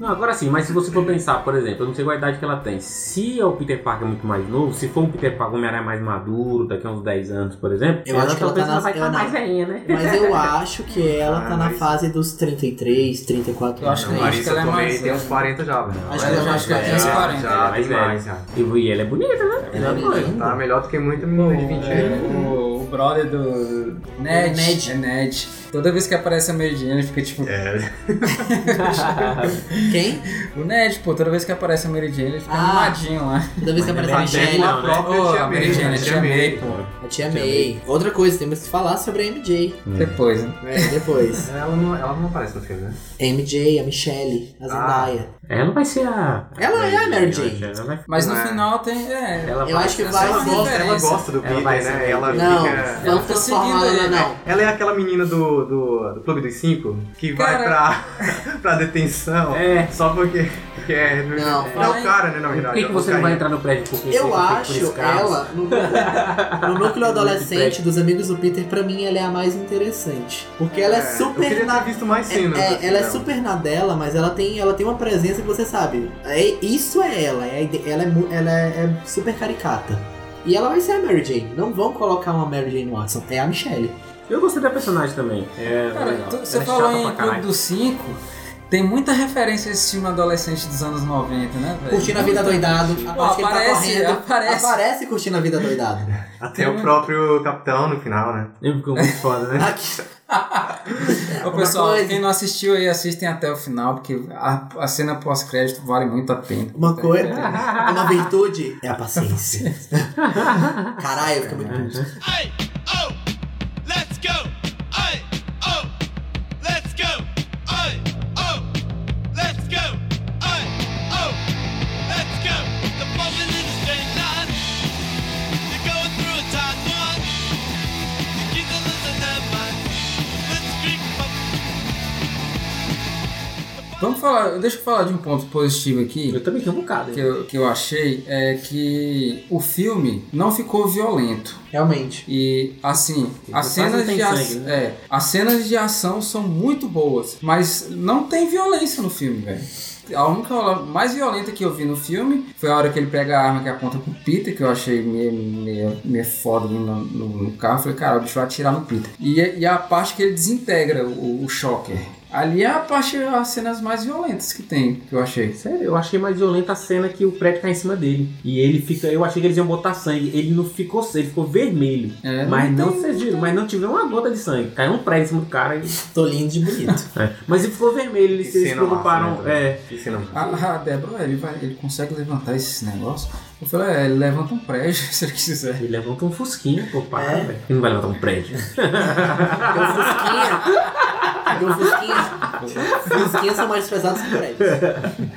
S2: Não, agora sim, mas se você for pensar, por exemplo, eu não sei qual a idade que ela tem. Se é o Peter Parker muito mais novo, se for um Peter Parker um Homem-Aranha mais maduro, daqui a uns 10 anos, por exemplo,
S3: Eu acho que ela
S2: talvez
S3: tá
S2: ela
S3: na-
S2: vai estar
S3: ela não.
S2: mais velhinha, né?
S3: Mas eu acho que ela tá
S4: Ah,
S3: na
S4: mas-
S3: fase dos 33, 34
S1: Eu
S3: anos.
S1: acho
S4: Não,
S1: que
S4: Marisa
S1: ela é
S4: Tomei
S1: mais-
S4: tem uns 40 já, velho.
S3: Acho que ela
S1: acho que ela
S4: já,
S1: tem uns
S4: já,
S1: 40.
S4: Já,
S2: Mais
S4: demais, já.
S2: E e ela é bonita, né?
S3: Ela é
S2: Mesma coisa.
S3: linda.
S4: Tá melhor do que muita menina de 20
S1: É,
S4: anos.
S1: o, o brother do Ned,
S3: Ned.
S1: É Ned. Toda vez que aparece a Mary Jane, ele fica tipo.
S4: É,
S3: Quem?
S1: O Ned, pô, toda vez que aparece a Mary Jane, ele fica
S3: Ah.
S1: animadinho lá.
S3: Toda vez que
S2: Mas
S3: aparece
S2: ela é
S3: a
S4: até
S3: Michelle,
S2: bem-
S4: Ah, a
S2: não, né?
S4: própria
S1: Ô,
S4: Tia
S1: a Mary
S4: May,
S1: Jane,
S4: né?
S1: a Tia May, pô.
S3: a Tia May. Outra coisa, temos que falar sobre a MJ.
S1: Depois, né?
S3: É, depois.
S4: Ela não, ela não aparece no filme, né?
S3: MJ, a Michelle, a
S4: Ah.
S3: Zendaya.
S2: Ela vai ser a.
S3: Ela é a Mary Jane.
S2: Ela vai-
S1: Mas no
S4: É.
S1: final tem. É,
S2: ela
S3: Eu
S2: vai
S3: acho que
S2: ser-
S3: vai
S4: Ela
S1: Faz
S4: gosta, ela
S1: diferença.
S4: gosta do
S2: Ela
S4: Peter,
S2: vai ser
S4: né?
S2: bem
S4: Ela
S3: Não,
S4: fica...
S1: Ela
S3: vamos
S1: fica
S3: transformar
S1: seguindo
S3: ela,
S1: ele,
S3: não.
S4: Ela é aquela menina do, do, do Clube dos Cinco que vai pra, pra detenção
S2: É.
S4: só porque que é,
S3: Não,
S4: é,
S1: fala
S4: o
S1: aí.
S4: cara, né? Na
S2: Por
S4: verdade.
S2: que, que
S4: é o
S2: você não vai
S4: carinha.
S2: entrar no prédio porque
S3: Eu
S2: você
S3: acho ela, no, no núcleo adolescente dos amigos do Peter, pra mim ela é a mais interessante. Porque ela é,
S4: É, Eu
S3: super
S4: queria ter
S3: na.
S4: visto mais
S3: É,
S4: cenas.
S3: é,
S4: assim,
S3: ela é
S4: dela.
S3: super na dela, mas ela tem, ela tem uma presença que você sabe. É, isso é ela. É, a ide- ela é, mu- ela é, é super caricata. E ela vai ser a Mary Jane. Não vão colocar uma Mary Jane Watson. É a Michelle.
S2: Eu gostei da personagem também. É,
S1: Cara,
S2: legal.
S1: tu-
S2: Ela
S1: você
S2: é
S1: falou
S2: chata
S1: em
S2: pra
S1: Clube
S2: caralho.
S1: dos 5, tem muita referência a esse filme adolescente dos anos 90, né, velho?
S3: Curtindo a vida doidado. A
S1: Pô,
S3: parte que ele tá
S1: aparece,
S3: correndo.
S1: aparece.
S3: Aparece curtindo a vida doidado.
S4: Até
S3: um
S4: o próprio capitão no final, né?
S2: Ele ficou muito foda, né?
S3: Aqui.
S1: Ô,
S3: Uma
S1: pessoal,
S3: coisa.
S1: quem não assistiu aí, assistem até o final, porque a, a cena pós-crédito vale muito a pena.
S3: Uma
S1: Tá
S3: coisa,
S1: entendendo?
S3: uma virtude é a paciência. Caralho, eu fico muito puto.
S6: Hey, oh, let's go. Hey, oh, let's
S1: falar, deixa eu falar de um ponto positivo aqui.
S2: Eu também tenho um bocado.
S1: que eu, que eu achei é que o filme não ficou violento.
S3: Realmente.
S1: E assim, as
S2: quase
S1: cenas,
S2: não tem
S1: de a-
S2: sangue, né?
S1: é, as cenas de ação são muito boas, mas não tem violência no filme, velho. A única hora mais violenta que eu vi no filme foi a hora que ele pega a arma que aponta pro Peter, que eu achei meio, meio, meio foda ali no, no, no carro. Eu Falei, cara, o bicho vai atirar no Peter. E, e a parte que ele desintegra o, o Shocker. Ali é a parte, as cenas mais violentas que tem, que eu achei.
S2: Sério, eu achei mais violenta a cena que o prédio cai em cima dele. E ele fica. Eu achei que eles iam botar sangue. Ele não ficou sangue, ele ficou vermelho.
S1: É,
S2: mas não,
S1: tem-
S2: vocês viram, mas não tiveram uma gota de sangue. Caiu um prédio em cima do cara e.
S3: Tô lindo de bonito.
S2: É. Mas ele ficou vermelho, eles
S4: Que
S2: eles se
S4: cena massa,
S2: preocuparam.
S4: né, também.
S2: é.
S4: Que cena massa.
S1: Ah, ah, Débora, ele, vai, ele consegue levantar esses negócios? Eu falei, é, ele levanta um prédio se ele quiser.
S2: Ele levanta um fusquinho, pô, para,
S3: É.
S2: velho. Ele Não vai levantar um prédio.
S3: Porque o Fusquinha. Porque o Fusquinha. Os Fusquinhas são mais pesados que prédios.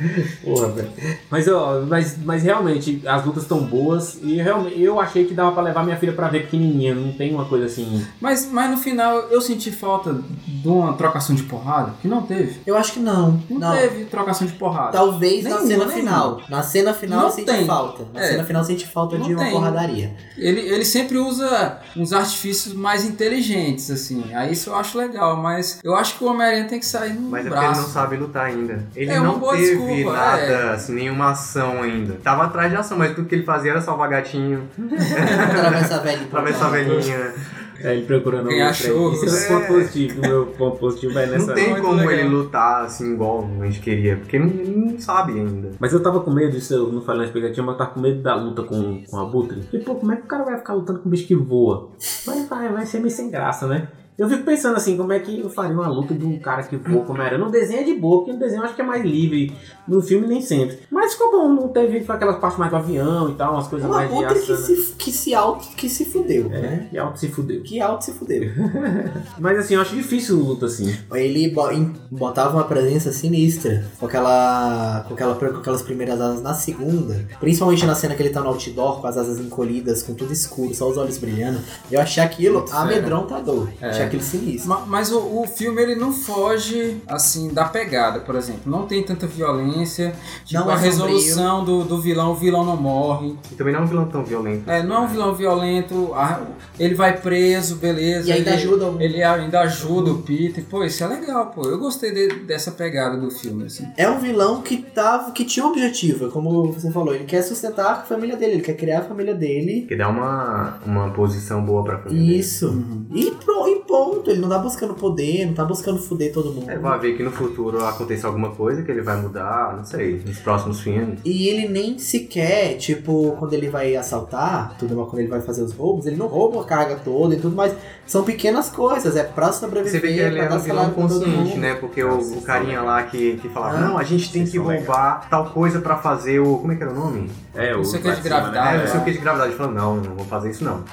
S2: Porra, velho. Mas, ó, mas, mas realmente, as lutas estão boas. E realmente, eu achei que dava pra levar minha filha pra ver pequenininha. Não tem uma coisa assim.
S1: Mas, mas no final eu senti falta de uma trocação de porrada, que não teve.
S3: Eu acho que não.
S1: Não,
S3: Não. Então-
S1: teve trocação de porrada.
S3: Talvez na
S1: Nenhuma,
S3: cena
S1: nenhuma.
S3: final. Na cena final
S1: Não
S3: sente
S1: tem.
S3: falta. Na
S1: É.
S3: cena final sente falta
S1: Não
S3: de uma
S1: tem.
S3: porradaria.
S1: Ele, ele sempre usa uns artifícios mais inteligentes, assim. Aí isso eu acho legal, mas eu acho que o Homem-Aranha tem que sair
S3: um
S1: no
S4: Mas é porque ele
S1: braço.
S4: não sabe lutar ainda. Ele
S1: É uma
S4: não
S1: boa
S4: teve
S1: desculpa,
S4: nada,
S1: é.
S4: assim, nenhuma ação ainda. Tava atrás de ação, mas tudo que ele fazia era salvar gatinho,
S3: Atravessa a velha.
S4: atravessar a velhinha.
S2: É, ele procurando
S1: Ganhar
S2: um prédio.
S1: churros.
S2: Esse é o ponto positivo. Meu ponto positivo é nessa.
S4: Não tem
S1: muito
S4: como
S1: legal.
S4: ele lutar assim igual a gente queria, porque não, não sabe ainda.
S2: Mas eu tava com medo, isso eu não falei na expectativa, mas eu tava com medo da luta com, com a Butre. E pô, como é que o cara vai ficar lutando com um bicho que voa? Mas vai, vai ser meio sem graça, né? Eu fico pensando assim, como é que eu faria uma luta de um cara que voa como era? No desenho é de boa, porque no desenho eu acho que é mais livre. No filme nem sempre. Mas ficou bom, não teve foi aquelas partes mais do avião e tal, umas coisas
S3: Uma
S2: mais de
S3: puta que
S2: ação. né?
S3: se, que se auto que se fudeu, né?
S2: E alto se fudeu.
S3: Que auto se fudeu.
S2: Mas assim, eu acho difícil luta assim.
S3: Ele bo- em- botava uma presença sinistra com, aquela, com, aquela, com aquelas primeiras asas na segunda. Principalmente na cena que ele tá no outdoor, com as asas encolhidas, com tudo escuro, só os olhos brilhando. Eu achei aquilo
S1: Muito
S3: amedrontador.
S4: É.
S3: Achei aquilo sinistro.
S1: Ma- Mas o, o filme ele não foge assim da pegada, por exemplo. Não tem tanta violência. Tipo,
S3: Não é
S1: a
S3: sombrio.
S1: resolução do, do vilão, o vilão não morre.
S4: E também não é um vilão tão violento.
S1: É, não é um vilão violento, a- ele vai preso, beleza.
S3: E ainda
S1: ele,
S3: ajuda o-
S1: Ele ainda ajuda o Peter. Pô, isso é legal, pô. Eu gostei de- dessa pegada do filme, assim.
S3: É um vilão que tava, que tinha um objetivo, como você falou, ele quer sustentar a família dele, ele quer criar a família dele.
S4: Que dá uma, uma posição boa pra família. Uhum.
S3: Isso. E, pro, e ponto, ele não tá buscando poder, não tá buscando fuder todo mundo.
S4: É, vai ver que no futuro aconteça alguma coisa que ele vai mudar, não sei, nos próximos filmes.
S3: E ele nem sequer, tipo, quando ele vai assaltar, tudo mais, quando ele vai fazer os roubos, ele não rouba a carga toda e tudo mais. São pequenas coisas, é pra
S4: Você
S3: sobreviver,
S4: vê que ele
S3: pra
S4: é
S3: dar
S4: um vilão
S3: salário pra todo
S4: consciente,
S3: mundo.
S4: né? Porque o, o carinha lá que, que falava,
S3: Ah,
S4: não, a gente tem
S2: vocês
S4: que
S2: são
S4: roubar tal coisa pra fazer o. Como é que era o nome?
S2: É,
S1: Não sei o que é de
S2: Batman,
S1: gravidade,
S3: Ah,
S4: é,
S1: é.
S4: não sei o que de gravidade. Ele falou, não, não vou fazer isso não.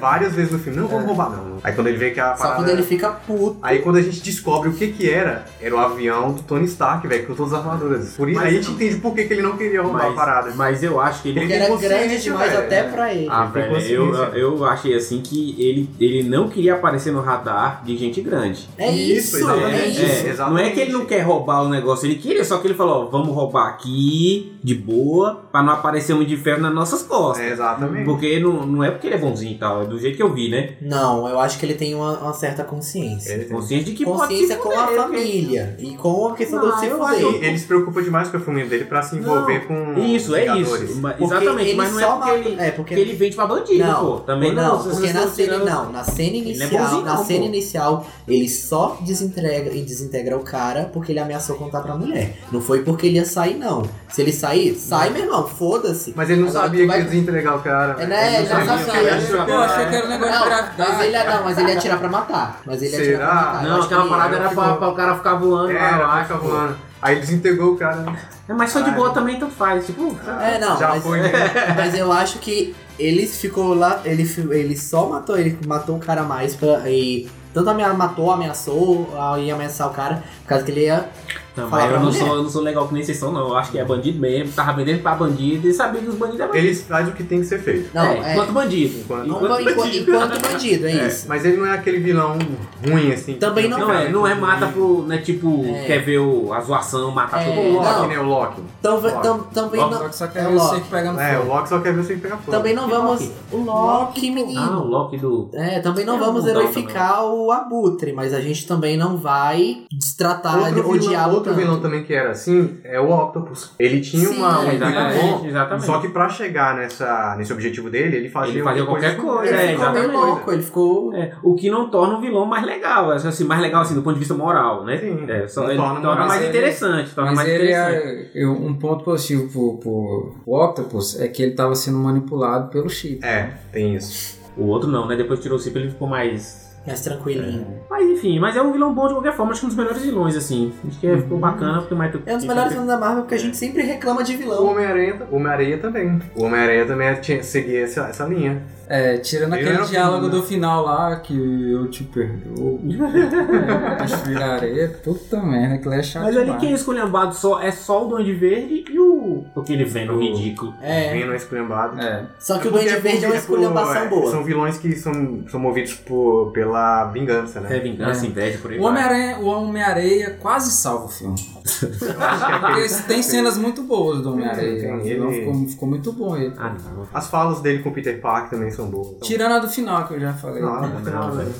S4: Várias vezes no filme, não vou roubar não. Aí quando ele vê que a
S3: É. Só
S4: parada-
S3: quando ele fica puto.
S4: Aí quando a gente descobre o que que era, era o avião do Tony Stark, velho, com todas as armaduras. Por isso
S2: Mas
S4: aí a gente
S2: não-
S4: entende por que, que ele não queria roubar
S2: Mas,
S4: a parada.
S2: mas eu acho que ele
S3: Porque
S4: ele é
S3: era grande
S4: consciente,
S3: demais
S4: velho,
S3: até
S4: né?
S3: pra ele.
S2: Ah,
S4: Ele tem
S2: velho, eu,
S4: consciência.
S2: eu achei assim que ele, ele não queria aparecer no radar de gente grande.
S3: é
S4: Isso,
S3: isso, é
S4: exatamente.
S3: isso.
S4: É.
S2: não é que ele não quer roubar o negócio, ele queria, só que ele falou, ó, vamos roubar aqui, de boa, pra não aparecer um de ferro nas nossas costas.
S4: É, exatamente.
S2: Porque não, não é porque ele é bonzinho e tal, é do jeito que eu vi, né?
S3: Não, eu acho que ele tem uma, uma certa consciência.
S4: Ele tem-
S2: Consciência de que
S3: consciência
S2: pode
S3: com
S2: se
S3: a
S2: fuder, né? porque-
S3: família e com a questão
S2: Não,
S3: do se
S2: eu acho-
S3: fuder.
S4: Ele se preocupa demais com a família dele pra se envolver com
S2: Isso,
S4: os
S2: é
S4: Hum, Vingadores.
S2: isso. Mas-
S3: Porque
S2: exatamente,
S3: ele
S2: mas não é
S3: só
S2: porque
S3: mata-
S2: ele,
S3: é, porque-
S2: que ele vende pra bandido,
S3: não,
S2: pô. Também
S3: não,
S2: não. vocês
S3: porque na
S2: estão
S3: cena,
S2: tirando-
S3: não, na cena
S2: é
S3: inicial,
S2: bonzinho,
S3: na
S2: não,
S3: cena
S2: pô.
S3: inicial, ele só desintegra e desintegra o cara porque ele ameaçou contar pra mulher. Não foi porque ele ia sair, não. Se ele sair, sai, meu irmão, foda-se.
S4: Mas ele não
S3: Agora
S4: sabia
S3: tu vai-
S4: que ia entregar o cara.
S3: É,
S4: velho.
S3: né? Ele não
S4: sabia
S3: sabia.
S4: que ele ia
S1: Eu
S4: atirar.
S1: achei que era um negócio de
S3: Não,
S1: gravidade.
S3: mas ele, ia- não, mas ele ia atirar pra matar. Mas ele ia atirar pra
S4: Será?
S3: matar. Eu
S2: Não,
S3: acho que
S2: aquela
S3: ele ia.
S2: parada era pra, pra o cara ficar voando lá,
S4: Era,
S2: eu
S4: vai
S2: acho,
S4: ficar
S2: pô.
S4: voando. Aí desintegrou o cara.
S2: É, mas só de
S4: Ai.
S2: boa também tanto faz, tipo...
S3: É, não,
S4: Já
S3: mas-
S4: foi, né?
S3: Mas eu acho que ele ficou lá, ele, fi- ele só matou, ele matou o cara a mais pra, e tanto amea- matou, ameaçou, ah, ia ameaçar o cara, por causa que ele ia
S2: Não,
S3: Falar
S2: mas eu
S3: pra
S2: não,
S3: mulher.
S2: sou, eu não sou legal que nem vocês são, não. Eu acho que é bandido mesmo. Tava vendendo pra bandido e sabia que os bandidos eram bandido.
S4: Ele faz o que tem que ser feito.
S3: Não,
S2: é,
S3: é.
S2: Enquanto bandido.
S4: Enquanto-
S3: Enquanto, enquanto, enquanto bandido, é,
S4: É,
S3: isso.
S4: Mas ele não é aquele vilão ruim, assim.
S3: Também
S4: que
S2: Não é, não é mata pro. Não é tipo,
S3: É.
S2: quer ver o, a zoação, matar
S3: É,
S2: todo
S4: O
S2: mundo.
S4: Loki,
S3: Não.
S4: né? O Loki.
S3: Então, va-
S4: Loki.
S3: tam- também
S2: Loki,
S1: Só
S3: não.
S1: que só
S3: É
S1: quer
S3: o
S1: ver
S3: Loki.
S1: você pegando
S4: É, o
S1: fogo.
S4: Loki só quer ver você pegar fogo.
S3: Também não
S2: Que
S3: vamos.
S2: Loki?
S3: O Loki, menino.
S2: Ah, o Loki do.
S3: É, também não
S2: É, não
S3: vamos
S2: dá
S3: heroificar o Abutre, mas a gente também não vai destratar
S4: Outro
S3: o
S4: vilão,
S3: diabo.
S4: outro
S3: tanto.
S4: vilão também que era assim é o Octopus. Ele tinha
S3: Sim, é
S4: uma, um intuito
S2: É, exatamente,
S4: bom,
S2: exatamente.
S4: só que pra chegar nessa, nesse objetivo dele, ele fazia,
S2: Ele fazia qualquer coisa,
S3: Ele
S2: É,
S3: ficou meio
S2: exatamente.
S3: louco, ele ficou.
S2: É, o que não torna o vilão mais legal, acho assim, mais legal assim, do ponto de vista moral, né?
S4: Sim.
S2: É, só
S4: Não
S2: ele
S4: torna
S2: torna, mais
S4: moral,
S1: mas ele-
S2: interessante, torna
S1: Mas
S2: tá mais
S1: ele
S2: interessante.
S1: é, eu- um ponto positivo pro, pro, pro Octopus é que ele tava sendo manipulado pelo chip.
S4: É, tem isso.
S2: O outro não, né? Depois que tirou o chip, ele ficou mais.
S3: Mais tranquilinho.
S2: Mas enfim, mas é um vilão bom de qualquer forma, acho que um dos melhores vilões, assim. Acho que é, ficou bacana, porque o Michael
S3: Uhum. É um dos melhores filmes da Marvel porque a gente sempre reclama de
S4: O
S3: vilão.
S4: Homem-Aranha o Homem-Aranha também. O Homem-Aranha também é, tinha, seguia essa, essa linha.
S1: É, tirando
S4: Eu era
S1: aquele
S4: o
S1: diálogo
S4: Fernando.
S1: do final lá que eu te perdoo, te virarei, puta merda, aquilo é chato.
S2: Mas ali
S1: demais.
S2: quem é esculhambado só é só o Duende Verde e o. Aquele Venom
S4: O-
S2: ridículo. né?
S3: É.
S4: Vem no esculhambado.
S1: É,
S3: Só que o
S4: Porque
S3: Duende Verde é uma
S4: por-
S3: esculhambação
S4: é,
S3: boa.
S4: São vilões que são, são movidos por, pela vingança, né?
S2: É vingança, inveja, por aí.
S1: o
S2: vai.
S1: Homem-Aranha, o Homem-Areia quase salva o filme. Porque tem cenas muito boas do Homem-Areia.
S4: Tem,
S1: O vilão
S4: ele-
S1: ficou, ficou muito bom ele.
S2: Ah, não.
S4: As falas dele com o Peter Parker também são boas. Então,
S1: Tirando a do final que eu já falei.
S4: não,
S1: né?
S4: no final,
S2: não,
S4: né?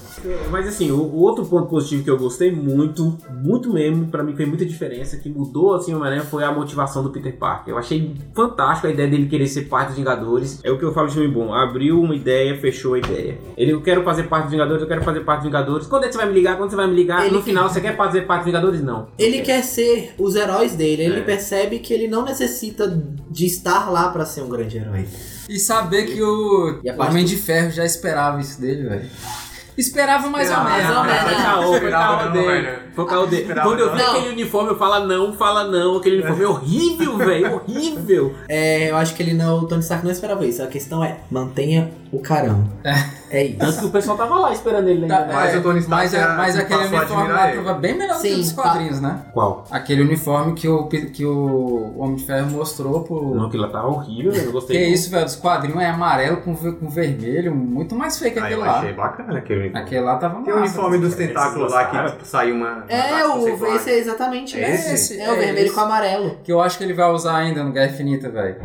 S2: Mas assim, o, o outro ponto positivo que eu gostei muito, muito mesmo, pra mim fez muita diferença, que mudou assim o Homem-Aranha foi a motivação do Peter Parker. Eu achei fantástico a ideia dele querer ser parte dos Vingadores. É o que eu falo de filme bom. Abriu uma ideia, fechou a ideia. Ele, eu quero fazer parte dos Vingadores, eu quero fazer parte dos Vingadores. Quando é que você vai me ligar? Quando você vai me ligar?
S3: Ele
S2: no final, você quer fazer parte dos Vingadores? Não.
S3: Ele quer ser os heróis dele, ele
S2: É.
S3: percebe que ele não necessita de estar lá pra ser um grande herói.
S1: E saber que o
S3: E a parte
S1: Homem de Ferro já esperava isso dele, velho. Esperava mais ou
S4: Esperava,
S1: menos. né?
S3: mais ou menos.
S2: Foi caô, foi caô
S4: Não,
S2: dele.
S4: velho.
S2: Foi caô dele.
S4: Esperava,
S2: Quando eu vi
S3: não.
S2: aquele uniforme, eu falo "Ah, não, fala não. Aquele uniforme é horrível, velho, horrível.
S3: É, eu acho que ele não. O Tony Stark não esperava isso. A questão é, mantenha o carão. É
S2: Tanto que
S3: isso.
S2: o pessoal tava lá esperando ele
S1: Tá,
S2: ainda. né?
S4: Mas
S1: é,
S4: o Tony Stark
S1: mas,
S4: era-
S1: mas aquele
S4: passou a
S1: uniforme
S4: admirar
S1: lá
S4: ele.
S1: tava bem melhor do que
S3: Sim,
S1: os
S3: tá.
S1: quadrinhos, né?
S2: Qual?
S1: Aquele uniforme que o, Pe- que o Homem de Ferro mostrou pro.
S2: Não, aquilo lá tava tá horrível, velho. Eu gostei.
S1: que é
S2: muito.
S1: isso, velho? Os quadrinhos é amarelo com, ve- com vermelho, muito mais feio que
S4: Ah,
S1: aquele
S4: eu
S1: lá. um
S4: achei bacana aquele uniforme.
S1: Aquele lá tava
S4: Tem
S1: massa.
S4: o uniforme dos
S2: Eles
S4: tentáculos lá
S2: gostaram.
S4: que saiu uma.
S2: tá
S3: É,
S4: uma
S3: o,
S4: conceitual.
S3: esse é exatamente.
S4: É
S3: né?
S4: esse?
S3: É, o vermelho com amarelo.
S1: Que eu acho que ele vai usar ainda no Guerra Infinita, velho.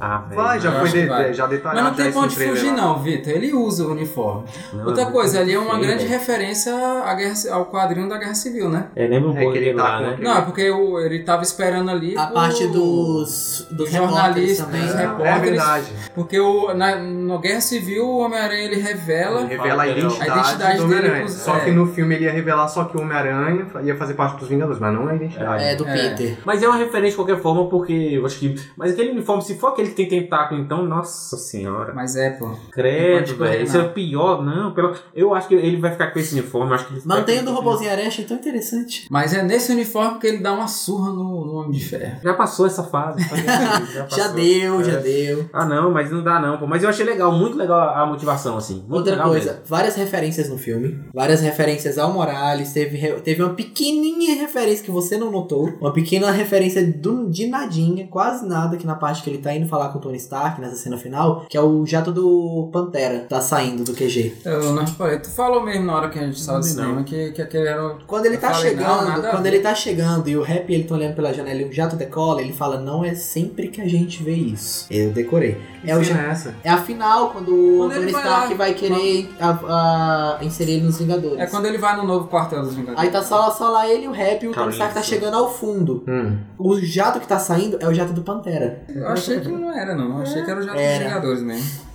S2: Ah, velho.
S4: Vai, já
S1: Eu
S4: foi
S1: acho que
S4: de-
S1: vai.
S4: de- já detalhado.
S1: Mas não tem
S4: já
S1: pra onde
S4: esse Tá, trailer
S1: fugir,
S4: lá.
S1: não, Vitor. Ele usa o uniforme.
S2: Não, é
S1: Outra
S2: muito
S1: coisa, ali é uma
S2: feio,
S1: grande
S2: velho.
S1: referência à guerra, ao quadrinho da Guerra Civil, né?
S2: É, lembra um
S4: É
S2: pouco
S4: que ele
S2: daquele
S4: tá
S2: lá,
S4: com
S2: né?
S4: aquele-
S1: Não, é porque o- ele tava esperando ali.
S3: A
S1: o-
S3: parte dos, dos repórteres
S1: jornalistas,
S3: também.
S1: dos
S3: né?
S4: É
S1: repórteres.
S4: verdade.
S1: Porque o, na, no Guerra Civil o Homem-Aranha ele revela.
S4: Revela a
S2: Fala, Daniel.
S1: A
S4: identidade,
S1: identidade
S4: do
S1: dele
S4: Homem-Aranha.
S1: com os-
S4: Só
S1: é.
S4: que no filme ele ia revelar só que o Homem-Aranha ia fazer parte dos Vingadores, mas não a identidade.
S3: É, do
S1: É.
S3: Peter.
S2: Mas é uma referência de qualquer forma, porque eu acho que. Mas aquele uniforme, se for aquele que tem tentáculo, então, nossa senhora.
S1: Mas é, pô. Não pode
S2: Credo,
S1: correr,
S2: velho. Isso é
S1: não.
S2: o pior, não. Pelo... Eu acho que ele vai ficar com esse uniforme. eu Acho que ele
S3: Mantenha o do robôzinho aranha, achei tão interessante.
S1: Mas é nesse uniforme que ele dá uma surra no, no Homem de Ferro.
S2: Já passou essa fase. Já,
S3: Já
S2: passou.
S3: deu, já
S2: É.
S3: deu.
S2: Ah, não, mas não dá não, pô. Mas eu achei legal, muito legal a a motivação, assim. Muito
S3: Outra
S2: legal
S3: coisa,
S2: mesmo.
S3: várias referências no filme, várias referências ao Morales, teve, re- teve uma pequenininha referência que você não notou, uma pequena referência do, de nadinha, quase nada, que na parte que ele tá indo falar com o Tony Stark, nessa cena final, que é o jato do Pantera, tá saindo do QG.
S1: É, Eu não reparei. Tu falou mesmo na hora que a gente saiu do
S2: Não vi,
S1: cinema que, que aquele era. o-
S3: Quando ele
S1: Eu
S3: tá
S1: falei,
S3: chegando,
S1: não, nada a
S3: quando
S1: ver.
S3: ele tá chegando e o rap ele tá olhando pela janela e o jato decola, ele fala, não é sempre que a gente vê isso. Eu decorei. É o
S4: Que
S3: jato
S4: cena é essa.
S3: é a final, quando o
S1: Quando ele
S3: Tony
S1: vai
S3: Stark
S1: lá,
S3: vai querer a- a- inserir ele nos Vingadores.
S1: É quando ele vai no novo quartel dos Vingadores.
S3: Aí tá só, só lá ele e o rap e o Tony
S2: Calista.
S3: Stark tá chegando ao fundo.
S4: Hum.
S3: O jato que tá saindo é o jato do Pantera.
S1: Eu achei que não era, não. Eu achei que era o Jato
S3: Era.
S1: dos Vingadores mesmo.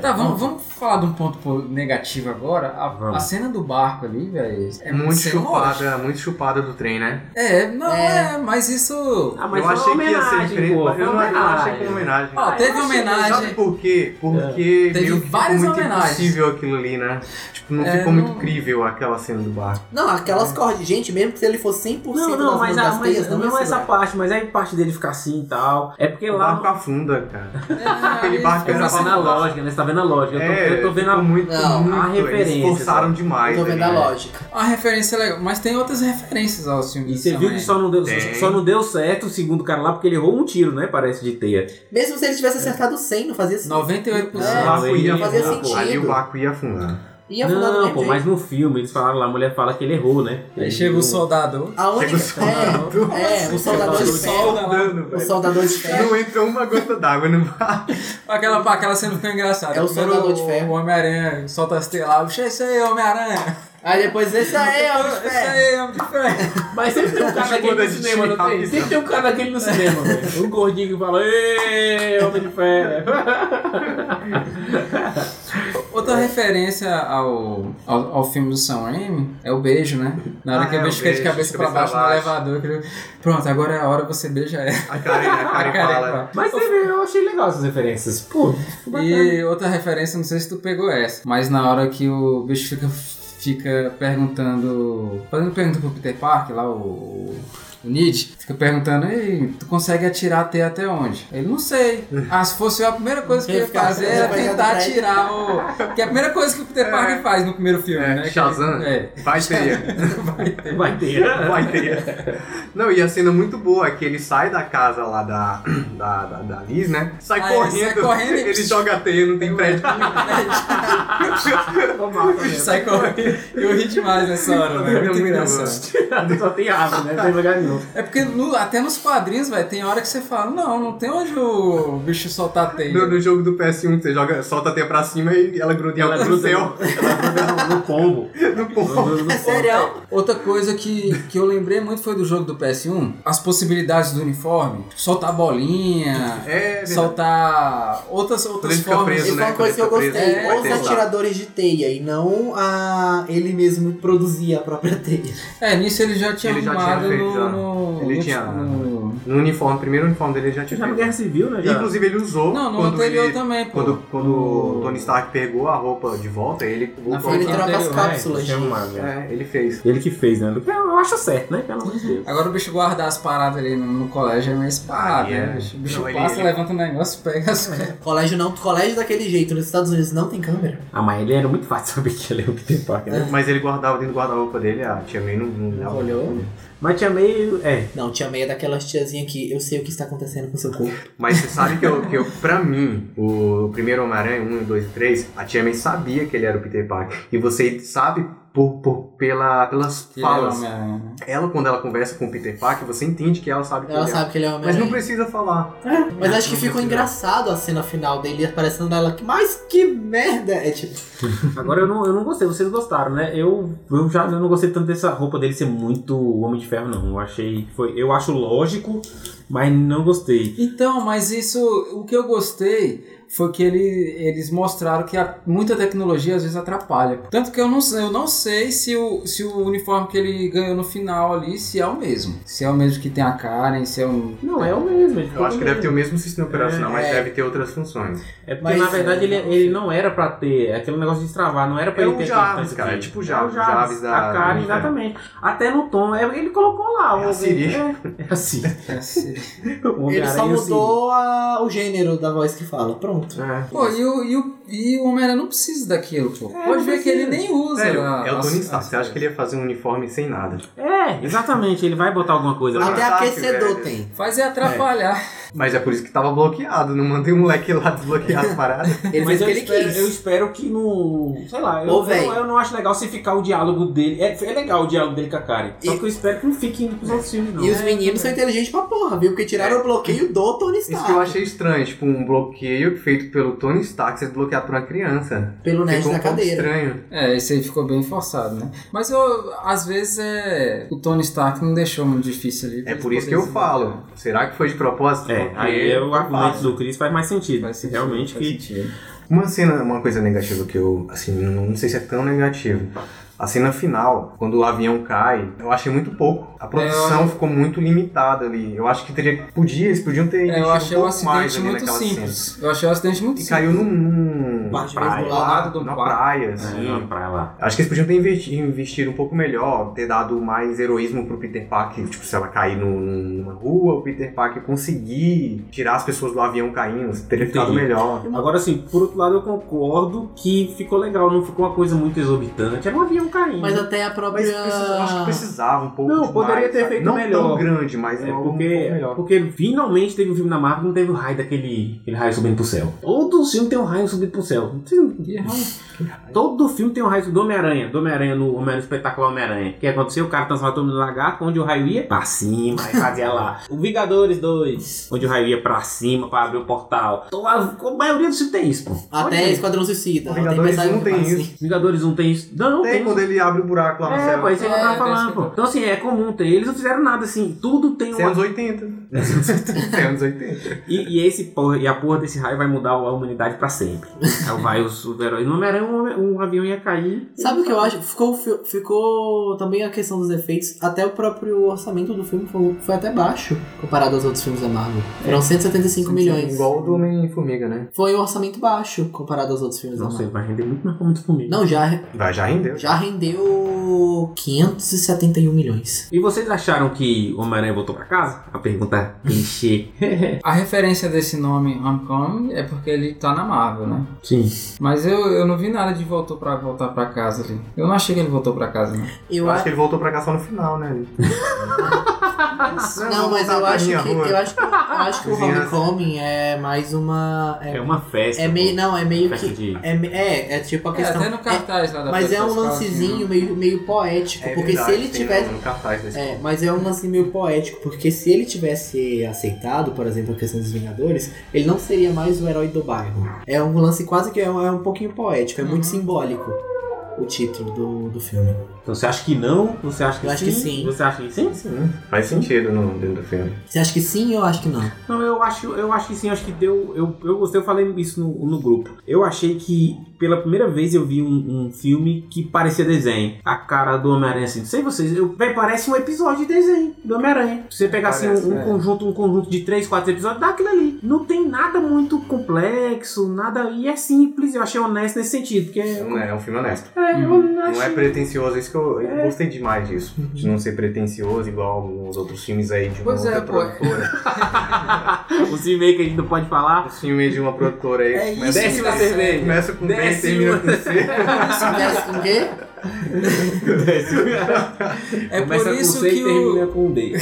S1: Tá, vamos, vamos falar de um ponto po- negativo agora, a,
S2: Vamos.
S1: a cena do barco ali, velho, é
S4: muito
S1: cena
S4: chupada,
S1: roxa.
S4: muito chupada do trem, né?
S1: É, não,
S3: É.
S1: é, mas isso.
S2: Ah, mas
S4: eu
S2: foi
S4: achei
S2: uma
S4: que ia ser
S2: homenagem,
S4: diferente.
S2: pô, foi
S4: eu não
S2: uma
S4: eu achei que
S2: homenagem.
S4: uma homenagem.
S1: Ó, teve
S2: eu achei-
S1: homenagem. É.
S4: Sabe por quê? Porque
S1: Teve
S4: meio que ficou
S1: várias
S4: muito
S1: homenagens.
S4: impossível aquilo ali, né? Tipo, não
S1: É,
S4: ficou
S1: não-
S4: muito crível aquela cena do barco.
S3: Não, aquelas cordas de gente, mesmo que se ele fosse 100%
S2: Não,
S3: das,
S2: não, mas,
S3: das
S2: a,
S3: teias,
S2: mas
S3: não,
S2: não,
S3: ia
S2: é essa
S3: segurar.
S2: parte, mas aí parte dele ficar assim e tal. É porque
S4: O
S2: lá.
S4: barco afunda, cara.
S1: É,
S4: Aquele
S1: aí-
S4: barco
S2: Você
S4: era
S2: tá vendo a lógica, né? Você tá vendo a lógica. Eu tô,
S4: É,
S2: eu tô vendo
S4: ficou
S2: a.
S4: muito,
S3: Não, a
S4: muito.
S2: referência,
S4: Eles forçaram
S2: sabe?
S4: demais.
S3: Eu tô vendo a
S4: ali, né?
S3: lógica.
S1: A referência é legal, mas tem outras referências aos filmes.
S2: E você viu que
S1: também.
S2: só não, deu,
S4: Tem.
S2: só não deu certo o segundo cara lá porque ele errou um tiro, né? Parece de teia.
S3: Mesmo se ele tivesse acertado 100, não fazia sentido.
S1: 98%.
S4: O barco
S2: Não,
S4: ia
S2: não
S3: fazia
S4: afundar, pô. Ali
S3: sentido.
S4: o barco ia afundar.
S3: Ia afundar do
S2: Não,
S3: mesmo
S2: pô,
S3: jeito.
S2: mas no filme eles falaram lá, a mulher fala que ele errou, né?
S1: Aí chega o
S2: Ele-
S1: soldado.
S3: A única...
S4: Chega o soldador.
S3: É, é, o
S1: Tá
S4: Tá
S3: soldador de
S2: Soldador de
S3: ferro.
S4: Afundando,
S3: O
S4: velho.
S3: soldador de ferro.
S4: Não entra uma gota d'água no barco.
S1: Aquela, pá, aquela cena ficou engraçada.
S3: É o
S1: Primeiro
S3: Soldador de Ferro.
S1: O Homem-Aranha solta as telas lá. Puxa, isso aí, é Homem-Aranha.
S3: Aí depois, esse aí é o de
S1: Isso
S3: ferro.
S1: aí, Homem de Ferro.
S2: Mas sempre tem um cara daquele
S4: Chegou
S2: no
S4: da
S2: cinema, não tem?
S4: digital,
S2: Sempre tem um cara daquele no cinema, velho. Um gordinho que fala, ê, homem de fé.
S1: Outra
S2: É.
S1: referência ao, ao, ao filme do Sam Raimi é o beijo, né? Na hora
S4: Ah,
S1: que
S4: é,
S1: o
S4: o
S1: beijo fica de
S4: beijo,
S1: cabeça
S4: de
S1: pra
S4: cabeça
S1: baixo no
S4: pra
S1: elevador. que ele- Pronto, agora é a hora, você beija ela.
S4: A Karen, a Karen fala.
S1: Cara,
S2: Mas você vê, eu achei legal essas referências. Pô, ficou bacana.
S1: E outra referência, não sei se tu pegou essa, mas na hora que o bicho fica, fica perguntando. Fazendo pergunta pro Peter Parker, lá o. O Nietzsche fica perguntando, ei, tu consegue atirar até até onde? Ele, não sei. Ah, se fosse eu, a primeira coisa que eu ia
S3: Ficar-
S1: fazer era
S3: ficar
S1: tentar
S3: atrás.
S1: atirar o... Que é a primeira coisa que o Peter Parker faz no primeiro filme, né?
S4: É,
S1: Que ele-
S4: Shazam.
S1: É.
S4: Vai ter.
S2: Vai ter.
S4: Vai ter. Não, e a cena muito boa é que ele sai da casa lá da, da, da, da Liz, né? Sai
S1: Ah, ele
S4: correndo,
S1: sai correndo e-
S4: ele joga a teia, não tem prédio.
S1: tipo Sai correndo. Eu ri demais nessa hora, né? Muito engraçado.
S2: Só tem árvore, né? Não tem lugar nenhum.
S1: É porque no- até nos quadrinhos, velho, tem hora que você fala, não, não tem onde o bicho soltar a teia.
S4: No, no jogo do PS1, você joga, solta a teia pra cima e ela gruda em
S2: Ela
S4: algum
S2: gruda
S4: céu.
S2: Ela gruda no, no pombo.
S4: No ponto.
S2: No- no- no
S3: Sério?
S1: É. Outra coisa que, que eu lembrei muito foi do jogo do PS1, as possibilidades do uniforme, soltar bolinha,
S4: É, verdade.
S1: soltar outras, outras
S4: Ele fica
S1: formas.
S4: preso,
S3: Isso
S4: né?
S3: foi uma coisa que eu
S4: Quando ele tá
S3: gostei.
S1: preso,
S4: vai
S3: Ou os
S4: testar.
S3: atiradores de teia e não a... ele mesmo produzir a própria teia.
S1: É, nisso ele já tinha
S4: Ele já tinha
S1: arrumado
S4: feito, já.
S1: no, no-
S4: Ele
S1: no-
S4: tinha-
S1: no-
S4: no uniforme, primeiro uniforme dele ele já
S2: Já
S4: tinha
S2: na
S4: feito.
S2: guerra civil, né? já?
S4: Inclusive ele usou
S1: Não, no
S4: quando
S1: anterior
S4: ele-
S1: também, pô.
S4: Quando, quando
S1: No-
S4: o Tony Stark pegou a roupa de volta, ele voltou.
S1: frente
S3: Ele
S1: Porque
S3: troca as
S1: anterior,
S2: né?
S3: cápsulas.
S2: Deixa eu arrumar, velho.
S4: É, ele fez.
S2: Ele que fez, né? Eu, eu acho certo, né? Pelo amor de Deus.
S1: Agora o bicho guardar as paradas ali no, no colégio é meio esparado,
S4: Ah, é.
S1: né? bicho? O bicho
S4: Não, ele-
S1: passa,
S4: ele- É.
S1: levanta o negócio, pega as coisas.
S3: Colégio não, colégio daquele jeito. Nos Estados Unidos não tem câmera.
S2: Ah, mas ele era muito fácil saber que ele é o Peter Parker, né?
S4: Mas ele guardava dentro do guarda-roupa dele, ah, a tia May não, não dava.
S3: Olhou?
S2: Mas tinha meio. É.
S3: Não, tinha meia daquelas tiazinha que eu sei o que está acontecendo com seu corpo.
S4: Mas você sabe que eu, que eu pra mim, o primeiro Homem-Aranha, 1, 2 e 3, a Tia May sabia que ele era o Peter Parker. E você sabe por, por, pela, pelas
S1: Que é o
S4: falas.
S1: Homem-Aranha, né?
S4: Ela, quando ela conversa com o Peter Parker, você entende que ela sabe que
S3: Ela
S4: ele é.
S3: sabe que ele é homem.
S4: Mas não precisa falar.
S3: Mas acho que ficou engraçado a cena final dele aparecendo nela. Mas que merda! É tipo.
S2: Agora eu não, eu não gostei, vocês gostaram, né? Eu, eu já eu não gostei tanto dessa roupa dele ser muito Homem de Ferro, não. Eu achei. que Foi, eu acho lógico, mas não gostei.
S1: Então, mas isso, o que eu gostei foi que ele, eles mostraram que a- muita tecnologia às vezes atrapalha. Tanto que eu não, sei- eu não sei se o, se o uniforme que ele ganhou no final ali, se é o mesmo. Se é o mesmo que tem a Karen, se é o...
S2: Não, é o mesmo.
S4: Eu acho que deve ter um o mesmo sistema operacional, mas
S3: É.
S4: deve ter outras funções.
S2: É porque,
S3: Mas,
S2: na verdade,
S3: é,
S2: ele,
S3: não
S2: ele não era pra ter aquele negócio de destravar, não era pra
S4: É
S2: ele
S4: o
S2: ter
S4: Jarvis,
S2: tanto
S4: cara,
S2: de-
S4: é tipo o Jarvis,
S2: o
S4: Jarvis da-
S2: A cara,
S4: do-
S2: exatamente. Até no tom, é, ele colocou lá.
S4: É
S2: o-
S4: a Siri.
S2: É, é a Siri. O
S3: Ele
S2: Homem-Aranha
S3: só
S2: é o Siri.
S3: mudou a- o gênero da voz que fala. Pronto.
S4: É.
S1: Pô, e o, e o, e o Homem-Aranha não precisa daquilo, pô. Pode
S2: É, não
S1: ver que
S2: precisa.
S1: ele nem usa.
S4: Sério,
S1: a-
S4: é o Tony
S1: as-
S4: Stark.
S1: as-
S4: Você acha que ele ia fazer um uniforme sem nada?
S2: É, exatamente, ele vai botar alguma coisa lá.
S3: Até
S4: Fantástico,
S3: aquecedor
S4: um velho.
S3: tem.
S1: Faz é atrapalhar.
S4: Mas é por isso que tava bloqueado, não mandei um moleque lá desbloquear as paradas.
S3: Ele
S2: Mas
S3: fez o
S2: eu
S3: que ele
S2: espero,
S3: quis.
S2: eu espero que não. Sei lá, eu,
S3: Ô,
S2: eu
S3: véi.
S2: não- eu não acho legal se ficar o diálogo dele. É, é legal o diálogo dele com a Karen. Só
S3: E-
S2: que eu espero que não fique indo pros outros filmes, não.
S3: E os meninos são inteligentes pra porra, viu? Porque tiraram o bloqueio do Tony
S4: Isso que eu
S3: Stark.
S4: achei estranho, tipo, um bloqueio feito pelo Tony Stark ser desbloqueado por uma criança.
S3: Pelo nerd
S4: Ficou um
S3: da
S4: pouco
S3: cadeira.
S4: estranho.
S1: É, isso aí ficou bem forçado, né? Mas eu, às vezes é... o Tony Stark não deixou muito difícil ali. pra
S4: É por
S1: eles
S4: isso que eu
S1: poderem se
S4: falo.
S1: adaptar.
S4: Será que foi de propósito?
S2: É,
S4: Porque
S2: aí é o
S4: eu
S2: argumento
S4: faço.
S2: do Chris faz mais sentido.
S1: Faz sentido,
S2: Realmente
S1: faz
S2: que.
S1: sentido.
S4: Uma cena, uma coisa negativa que eu, assim, não, não sei se é tão negativo. A cena final, quando o avião cai, eu achei muito pouco. A produção ficou muito limitada ali. Eu acho que teria, podia, eles podiam ter
S1: É,
S4: investido
S1: eu achei
S4: um
S1: um
S4: pouco mais
S1: acidente
S4: ali
S1: muito
S4: naquela
S1: simples.
S4: cena.
S1: Eu achei um acidente muito
S4: E
S1: simples.
S4: caiu num, num
S3: Parte
S4: praia,
S3: mesmo do lado
S1: do
S4: numa
S1: quarto.
S4: praia,
S2: É,
S4: assim.
S2: não, pra lá.
S4: Acho que eles podiam ter investi- investido, um pouco melhor, ter dado mais heroísmo pro Peter Parker, tipo, se ela cair num- numa rua, o Peter Parker conseguir tirar as pessoas do avião caindo, teria ficado
S2: Entendi.
S4: melhor.
S2: Agora, assim, por outro lado, eu concordo que ficou legal, não ficou uma coisa muito exorbitante. Era um avião caindo.
S3: Mas ah, até a
S4: Mas
S3: própria.
S4: precisa- eu acho que precisava um pouco
S2: Não,
S4: de
S2: poderia
S4: mais,
S2: ter
S4: sabe?
S2: feito
S4: não
S2: melhor.
S4: tão grande, mas
S2: É
S4: um
S2: porque,
S4: pouco melhor.
S2: porque finalmente teve um filme na Marvel que não teve o raio daquele aquele raio subindo pro céu. Todo filme tem um raio subindo pro céu. Não sei- Todo filme tem um raio do Homem-Aranha. Do Homem-Aranha no Homem-Aranha Espetacular Homem-Aranha. O que aconteceu? O cara transformou todo mundo no lagarto, onde o raio ia pra cima, aí fazia lá. O Vingadores 2, onde o raio ia pra cima pra abrir o portal. Então, a, a maioria dos filmes tem isso, pô. Olha
S3: Até
S2: aí.
S3: Esquadrão Suicida.
S4: O Vingadores
S3: mensagem assim.
S4: não
S3: que
S4: tem
S3: passa.
S4: isso.
S2: Vingadores não tem isso. Não,
S4: Tem quando ele abre o buraco lá no
S2: É,
S4: céu.
S2: pô, isso é que eu
S1: É,
S2: tava
S1: tem
S2: falando,
S1: isso
S2: pô.
S1: que-
S2: Então, assim, é comum ter. Eles não fizeram nada, assim. Tudo tem
S4: Isso é
S2: uma
S4: anos 80. Isso é anos 80.
S2: E, e esse porra- e a porra desse raio vai mudar a humanidade pra sempre. É Aí vai os super-heróis. No Homem-Aranha, um, homem- um avião ia cair.
S3: Sabe o que eu acho? Ficou, fi- ficou também a questão dos efeitos. Até o próprio orçamento do filme foi, foi até baixo comparado aos outros filmes da Marvel.
S4: É.
S3: Foram 175 milhões.
S4: Igual o do Homem-Formiga, né?
S3: Foi um orçamento baixo comparado aos outros filmes
S2: Não
S3: da
S2: sei,
S3: Marvel.
S2: vai render muito mais como muito comigo.
S3: Não, já,
S4: Vai, já rendeu.
S3: já rendeu 571 milhões.
S2: E vocês acharam que o Homem-Aranha voltou pra casa? A pergunta clichê.
S1: A referência desse nome Homecoming é porque ele tá na Marvel, né?
S2: Sim.
S1: Mas eu, eu não vi nada de voltou pra, voltar pra casa ali. Eu não achei que ele voltou pra casa, não.
S3: Eu
S4: Eu acho
S3: acho
S4: que ele voltou pra cá só no final, né? Nossa,
S3: Não,
S4: vou
S3: mas
S4: voltar
S3: eu
S4: pra
S3: acho que
S4: tá minha rua.
S3: eu acho que eu acho que o
S4: Vizinhança.
S3: Homecoming é mais uma
S2: É
S4: um
S3: é,
S2: uma festa.
S3: é meio não, é meio
S2: Festa
S3: que
S2: de...
S3: é, me- é, é tipo a
S1: É,
S3: questão
S1: até no cartaz lá da
S3: Mas é
S1: Pedro
S3: um
S1: Pascal,
S3: lancezinho
S1: assim,
S3: meio, meio poético,
S4: É
S3: porque se
S4: verdade,
S3: ele
S4: tem
S3: tivesse.
S4: no- no cartaz desse
S3: É, mas é um lance meio poético, porque se ele tivesse aceitado, por exemplo, a questão dos Vingadores, ele não seria mais o herói do bairro. É um lance quase que é um, é um pouquinho poético, é muito simbólico o título do, do filme.
S2: Então você acha que não? Você acha que
S3: Eu
S2: sim?
S3: acho que sim.
S2: Você acha que sim? né?
S4: Sim, faz sentido no, dentro do filme.
S3: Você acha que sim ou acho que não?
S2: Não, eu acho, eu acho que sim, eu acho que deu. Eu, eu gostei, eu falei isso no, no grupo. Eu achei que pela primeira vez eu vi um, um filme que parecia desenho. A cara do Homem-Aranha, assim, não sei vocês, eu, véi, parece um episódio de desenho do Homem-Aranha. Se você pegar assim,
S4: Parece,
S2: um, um
S4: é.
S2: conjunto, um conjunto de três, quatro episódios, dá aquilo ali. Não tem nada muito complexo, nada. E é simples, eu achei honesto nesse sentido, porque. É,
S4: Não é, é um filme honesto.
S2: eu não
S4: Não é
S2: achei-
S4: pretencioso, isso que eu, eu
S2: É. Uhum.
S4: gostei demais disso. De não ser pretencioso igual alguns outros filmes aí de uma
S1: Pois
S4: outra
S1: é, pô.
S4: produtora.
S2: Os e-mails que a gente não pode falar.
S4: Um filme de uma produtora aí.
S1: É
S4: começa
S1: isso,
S4: com
S1: tá
S4: C,
S2: cerveja.
S4: Começa com B, termina
S2: Décima.
S4: com C.
S3: Acontece com o quê? né?
S1: É
S2: Começa
S1: por
S2: com
S1: isso
S2: C
S1: que
S2: e
S1: o,
S2: termina com D.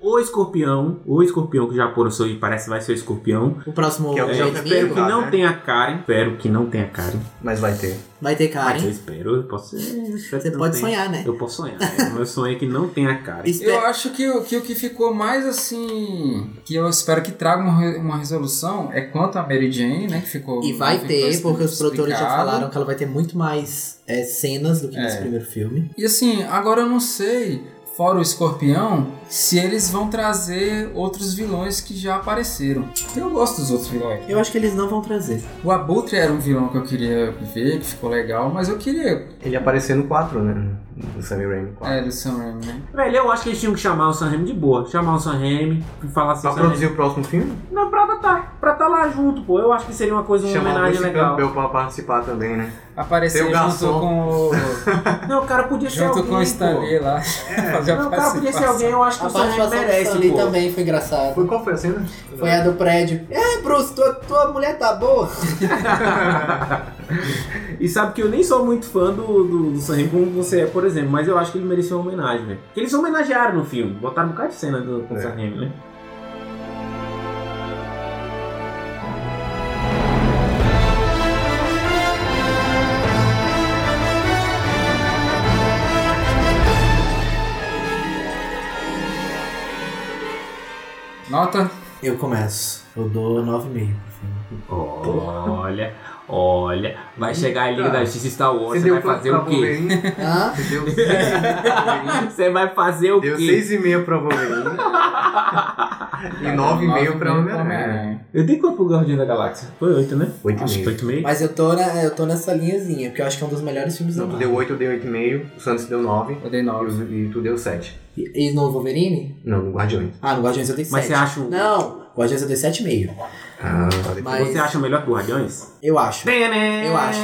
S2: O escorpião, o escorpião que já por seu e parece que vai ser o escorpião.
S3: O próximo
S4: Que é o que eu
S2: Espero
S3: inimigo
S2: que
S4: Tá,
S2: não
S4: né?
S2: tenha Karen. Espero que não tenha Karen.
S4: Mas vai ter.
S3: vai ter
S2: Mas eu
S3: Karen.
S2: espero, eu posso. eu espero
S3: Você
S2: que não
S3: pode
S2: tenha.
S3: sonhar, né?
S2: Eu posso sonhar. O meu sonho é que não tenha Karen.
S1: Eu
S3: Espera-
S1: acho que, o- que o que ficou mais assim. Que eu espero que traga uma, re- uma resolução é quanto a Mary Jane, né? Que ficou.
S3: E vai
S1: ficou
S3: ter, porque os produtores já
S1: explicado.
S3: falaram que ela vai ter muito mais é, cenas do que nesse
S1: É.
S3: primeiro filme.
S1: E assim, agora eu não sei, fora o escorpião, se eles vão trazer outros vilões que já apareceram. Eu gosto dos outros vilões.
S3: Eu acho que eles não vão trazer.
S1: O Abutre era um vilão que eu queria ver, que ficou legal, mas eu queria.
S4: Ele apareceu no 4, né? Do Sammy Raimi 4.
S1: É, do Sam Raimi, né?
S2: Velho, eu acho que eles tinham que chamar o San Remo de boa. Chamar o San Remo e falar assim.
S4: Pra
S2: San Remo.
S4: produzir o próximo filme,
S2: Não, pra tá, pra tá lá junto, pô. Eu acho que seria uma coisa, uma
S4: chamar o
S2: homenagem
S4: Bruce
S2: legal.
S4: Campbell pra participar também, né?
S1: Apareceu
S4: Tem o
S1: junto
S4: garçom.
S1: com o.
S2: Não, o cara podia ser
S1: junto
S2: alguém.
S1: com o Stan
S2: pô.
S1: Lee lá.
S4: É.
S1: fazer a
S2: Não, o cara podia ser
S1: participação.
S2: alguém, eu acho que
S3: A
S2: o San Remo
S3: participação do Stan
S2: merece,
S3: Lee
S2: pô.
S3: também foi engraçada.
S4: Foi, qual foi a cena?
S3: Foi a do prédio. É, Bruce, tua, tua mulher tá boa?
S2: e sabe que eu nem sou muito fã do, do, do Sam Raimi como você é, por exemplo, mas eu acho que ele mereceu uma homenagem, velho. Porque eles homenagearam no filme, botaram um bocado de cena do, com o
S4: É.
S2: Sam Raimi, né?
S1: Nota?
S3: Eu começo. Eu dou 9,5 pro filme.
S2: Olha, olha, vai chegar a Liga
S4: Tá.
S2: da Justiça Star Wars, você
S4: deu
S2: vai
S4: quanto
S2: fazer
S4: pra
S2: o quê?
S4: Wolverine?
S3: Hã?
S4: Você deu 6 pra
S2: Você vai fazer o
S4: Wolverine. Deu
S2: quê?
S4: 6,5 pra Wolverine. E 9,5 pra Homem-Aranha.
S2: Eu dei quanto pro Guardião da Galáxia? Foi 8, né?
S4: Oito e
S2: Acho que
S4: meio.
S2: foi 8,5.
S3: Mas eu tô, na, eu tô nessa linhazinha, porque eu acho que é um dos melhores filmes do
S4: Não, tu
S3: mundo.
S4: deu 8, eu dei 8,5. O Santos deu 9.
S1: Eu dei
S4: E,
S1: 9.
S4: o- e tu deu 7.
S3: E, e no Wolverine?
S4: Não, no Guardiões.
S3: Ah, no Guardiões eu dei 7.
S2: Mas você acha o-
S3: Não, Guardiões eu dei 7,5.
S4: Ah,
S3: Mas
S2: Você acha o melhor que o Guardiões?
S3: eu acho.
S2: Eu
S3: acho.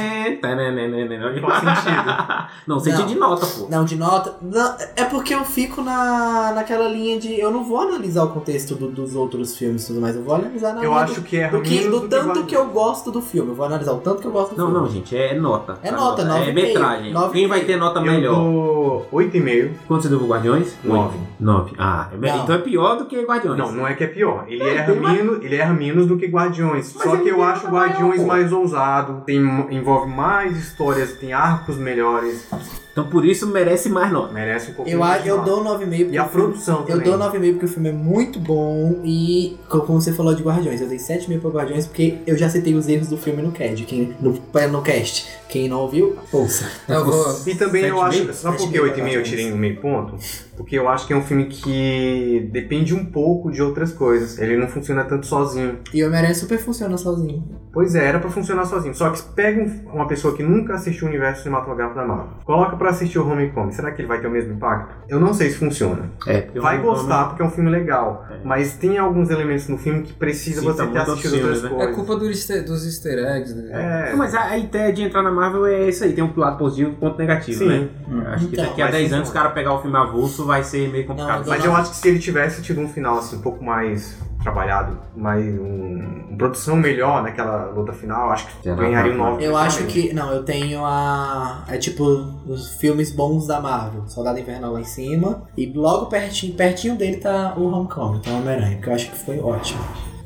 S4: Qual sentido?
S2: Não, sentido
S3: Não.
S2: de nota, pô.
S3: Não, de nota. Não, é porque eu fico na, naquela linha de. Eu não vou analisar o contexto do- dos outros filmes e tudo mais. Eu vou analisar na
S4: Eu
S3: linha
S4: acho que é
S3: do, do, que,
S4: menos
S3: do tanto
S4: Guardiões.
S3: que eu gosto do filme. Eu vou analisar o tanto que eu gosto do
S2: Não,
S3: filme.
S2: não, gente, é nota.
S3: É
S2: A
S3: nota, nove
S2: É
S3: e meio,
S2: metragem.
S3: nove
S2: Quem
S3: e
S2: vai
S3: meio.
S2: ter nota
S4: Eu
S2: melhor?
S4: dou 8,5.
S2: Quanto você deu pro Guardiões?
S4: Nove.
S2: 9. Ah, é me-
S3: Não.
S2: então é pior do que Guardiões.
S4: Não, não é que é pior. Ele, erra,
S2: tem mais-
S4: menos, ele erra menos do que Guardiões.
S2: Mas
S4: Só
S2: ele
S4: que eu
S2: tem
S4: acho
S2: nota maior,
S4: Guardiões
S2: pô.
S4: mais ousado, tem, envolve mais histórias, tem arcos melhores,
S2: Então por isso merece mais nota.
S4: merece um pouco
S3: Eu,
S4: mais
S3: a-
S4: de
S3: eu
S4: nota.
S3: dou 9,5
S4: E a
S3: porque
S4: produção
S3: Eu
S4: também.
S3: dou 9,5 porque o filme é muito bom e, co- como você falou de Guardiões, eu dei 7,5 pra Guardiões porque eu já citei os erros do filme no CAD, quem, no, é, no cast. Quem não ouviu, ouça.
S1: Eu vou.
S4: E também eu
S2: Sete e
S4: acho.
S2: meio? tá,
S4: Só
S3: Sete e
S4: porque
S3: meio
S4: 8,5 eu
S3: Guardiões.
S4: tirei um meio ponto, porque eu acho que é um filme que depende um pouco de outras coisas. Ele não funciona tanto sozinho.
S3: E o Homem-Aranha super funciona sozinho.
S4: Pois é, era pra funcionar sozinho. Só que pega um- uma pessoa que nunca assistiu o universo cinematográfico da Marvel, coloca pra assistir o Homecoming, será que ele vai ter o mesmo impacto? Eu não sei se funciona.
S2: É, porque
S4: Vai
S2: o Guardiões-
S4: gostar porque é um filme legal,
S2: É.
S4: mas tem alguns elementos no filme que precisa
S2: Sim, tá
S4: você ter
S2: muito
S4: assistido
S2: filme,
S4: outras
S2: né?
S1: É
S4: coisas.
S1: culpa do easter- dos easter eggs, né?
S4: É,
S2: Não, Mas a, a ideia de entrar na Marvel é isso aí, tem um lado positivo e um ponto negativo,
S4: sim.
S2: né? Acho que
S3: Então,
S2: daqui a
S4: mas
S2: 10
S4: sim,
S2: anos o
S4: mano.
S2: cara pegar o filme avulso vai ser meio complicado.
S3: Não,
S4: Mas eu acho que se ele tivesse tido um final assim, um pouco mais trabalhado, mais um, uma produção melhor naquela luta final, acho que
S2: Tem
S4: ganharia um
S2: nada a ver.
S4: 9.
S3: Eu acho que. Não, eu tenho a. É tipo os filmes bons da Marvel. Soldado Invernal lá em cima. E logo pertinho, pertinho dele tá o Homecoming, tá o Homem-Aranha, que eu acho que foi ótimo.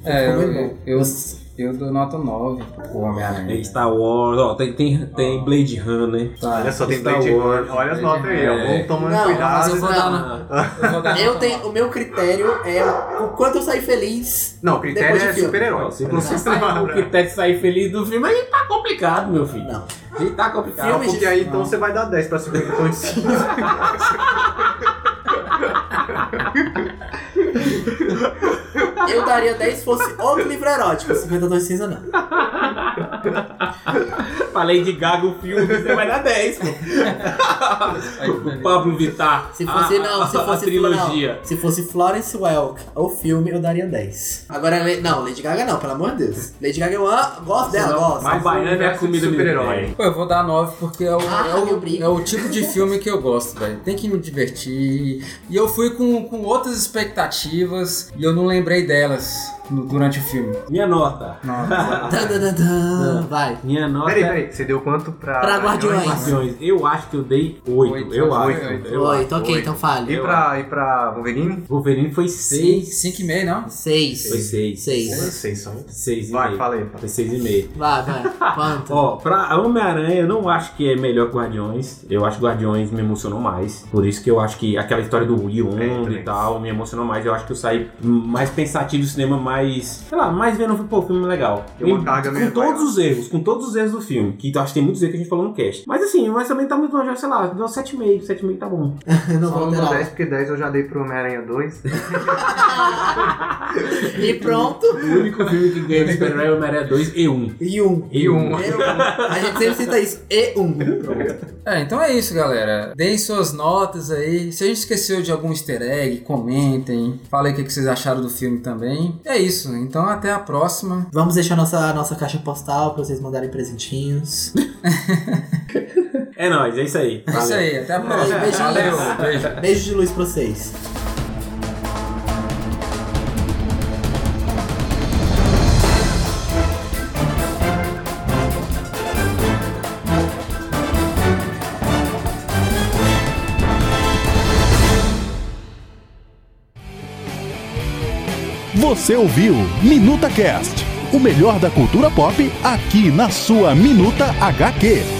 S1: É,
S3: Foi
S1: eu,
S3: bom.
S1: eu, eu dou nota 9 pro
S2: Tem
S1: Homem-Aranha.
S2: É Star Wars, ó, tem, tem, tem
S1: Ó.
S2: Blade Runner. né?
S1: Tá.
S4: Olha só, tem
S2: Star
S4: Blade
S2: Wars,
S4: Runner. Olha as notas aí, ó.
S2: É.
S4: Vamos tomando
S3: Não,
S4: cuidado. né?
S3: mas eu vou dar
S1: Não. Eu vou dar
S3: Eu
S1: nota
S3: tenho. O meu critério é o quanto eu saí feliz
S4: Não, o critério
S3: Depois de
S4: é
S3: filme.
S4: super-herói.
S2: Ó, se
S4: Eu não
S2: você
S4: sei se é
S2: sair, o
S4: lembra.
S2: critério de sair feliz do filme, aí tá complicado, meu filho.
S3: Não.
S2: Aí tá complicado.
S3: Filme-
S4: Porque aí então você vai dar 10 pra 50.5.
S3: Eu daria 10 se fosse outro livro erótico. 52 cinza não.
S2: Falei de Gaga o filme, você vai dar 10, pô. o Pablo Vittar.
S3: Se fosse
S2: a-
S3: não, se
S2: Ah, a-
S3: fosse
S2: a trilogia.
S3: não, se fosse Florence Welk ou filme, eu daria 10. Agora, Le- não, Lady Gaga não, pelo amor de Deus. Lady Gaga eu amo, gosto dela, gosto.
S2: Mas baiana é a comida do
S4: super-herói.
S1: Pô, eu vou dar 9 porque é o,
S3: Ah,
S1: é,
S3: meu
S1: o,
S3: brilho.
S1: é o tipo de filme que eu gosto, velho. Tem que me divertir. E eu fui com, com outras expectativas e eu não lembrei delas no- durante o filme.
S2: Minha nota.
S1: Nossa.
S3: Tan, tan, tan, tan. Vai.
S2: Minha nota.
S4: Peraí, peraí. Você deu quanto pra.
S3: é. Pra Guardiões.
S2: Guardiões. Eu acho que eu dei 8.
S1: Oito,
S2: eu
S1: oito,
S2: acho.
S1: oito.
S2: Eu acho.
S3: Oito, ok,
S4: oito.
S3: então
S4: E
S3: fale.
S2: Eu
S4: pra, e pra Wolverine?
S2: Wolverine foi 6.
S1: 5 e meio, não?
S2: Foi
S3: 6.
S2: 6.
S3: Seis.
S4: Vocês são.
S2: 6 e
S4: Vai,
S2: meio.
S4: fala aí. fala.
S2: Foi 6 e meio.
S3: Vai, vai. Quanto?
S2: Ó, pra Homem-Aranha, eu não acho que é melhor que Guardiões. Eu acho que Guardiões me emocionou mais. Por isso que eu acho que aquela história do Yondo
S4: É, também.
S2: e tal me emocionou mais. Eu acho que eu saí mais pensativo do cinema, mais. Sei lá, mais vendo, pô, filme é legal.
S4: Deu uma carga
S2: com
S4: meio
S2: todos
S4: maior.
S2: os erros, com todos os erros do filme. Que eu acho que tem muitos erros que a gente falou no cast. Mas assim, mas também tá muito longe, sei lá, deu 7,5. 7,5 tá bom.
S3: Eu não
S4: Só
S3: vou
S4: não
S3: ter
S4: dou
S3: nada.
S4: 10, porque 10 eu já dei pro Homem-Aranha 2.
S3: E pronto.
S2: O único filme que ganha de Super-Herói é Homem-Aranha 2 e 1.
S3: E um. E
S4: E um.
S3: um. A gente sempre cita isso. E um. Pronto.
S1: É, então é isso, galera. Deem suas notas aí. Se a gente esqueceu de algum easter egg, comentem. Falem o que que vocês acharam do filme também. É isso. Então até a próxima.
S3: Vamos deixar nossa, nossa caixa postal pra vocês mandarem presentinhos.
S2: É nóis, é isso aí.
S1: É isso aí. Até a próxima.
S3: Beijo,
S1: Valeu.
S3: Alex.
S1: Beijo.
S3: Beijo de luz pra vocês.
S6: Thank
S5: Você ouviu Minuta Cast, o melhor da cultura pop aqui na sua Minuta HQ.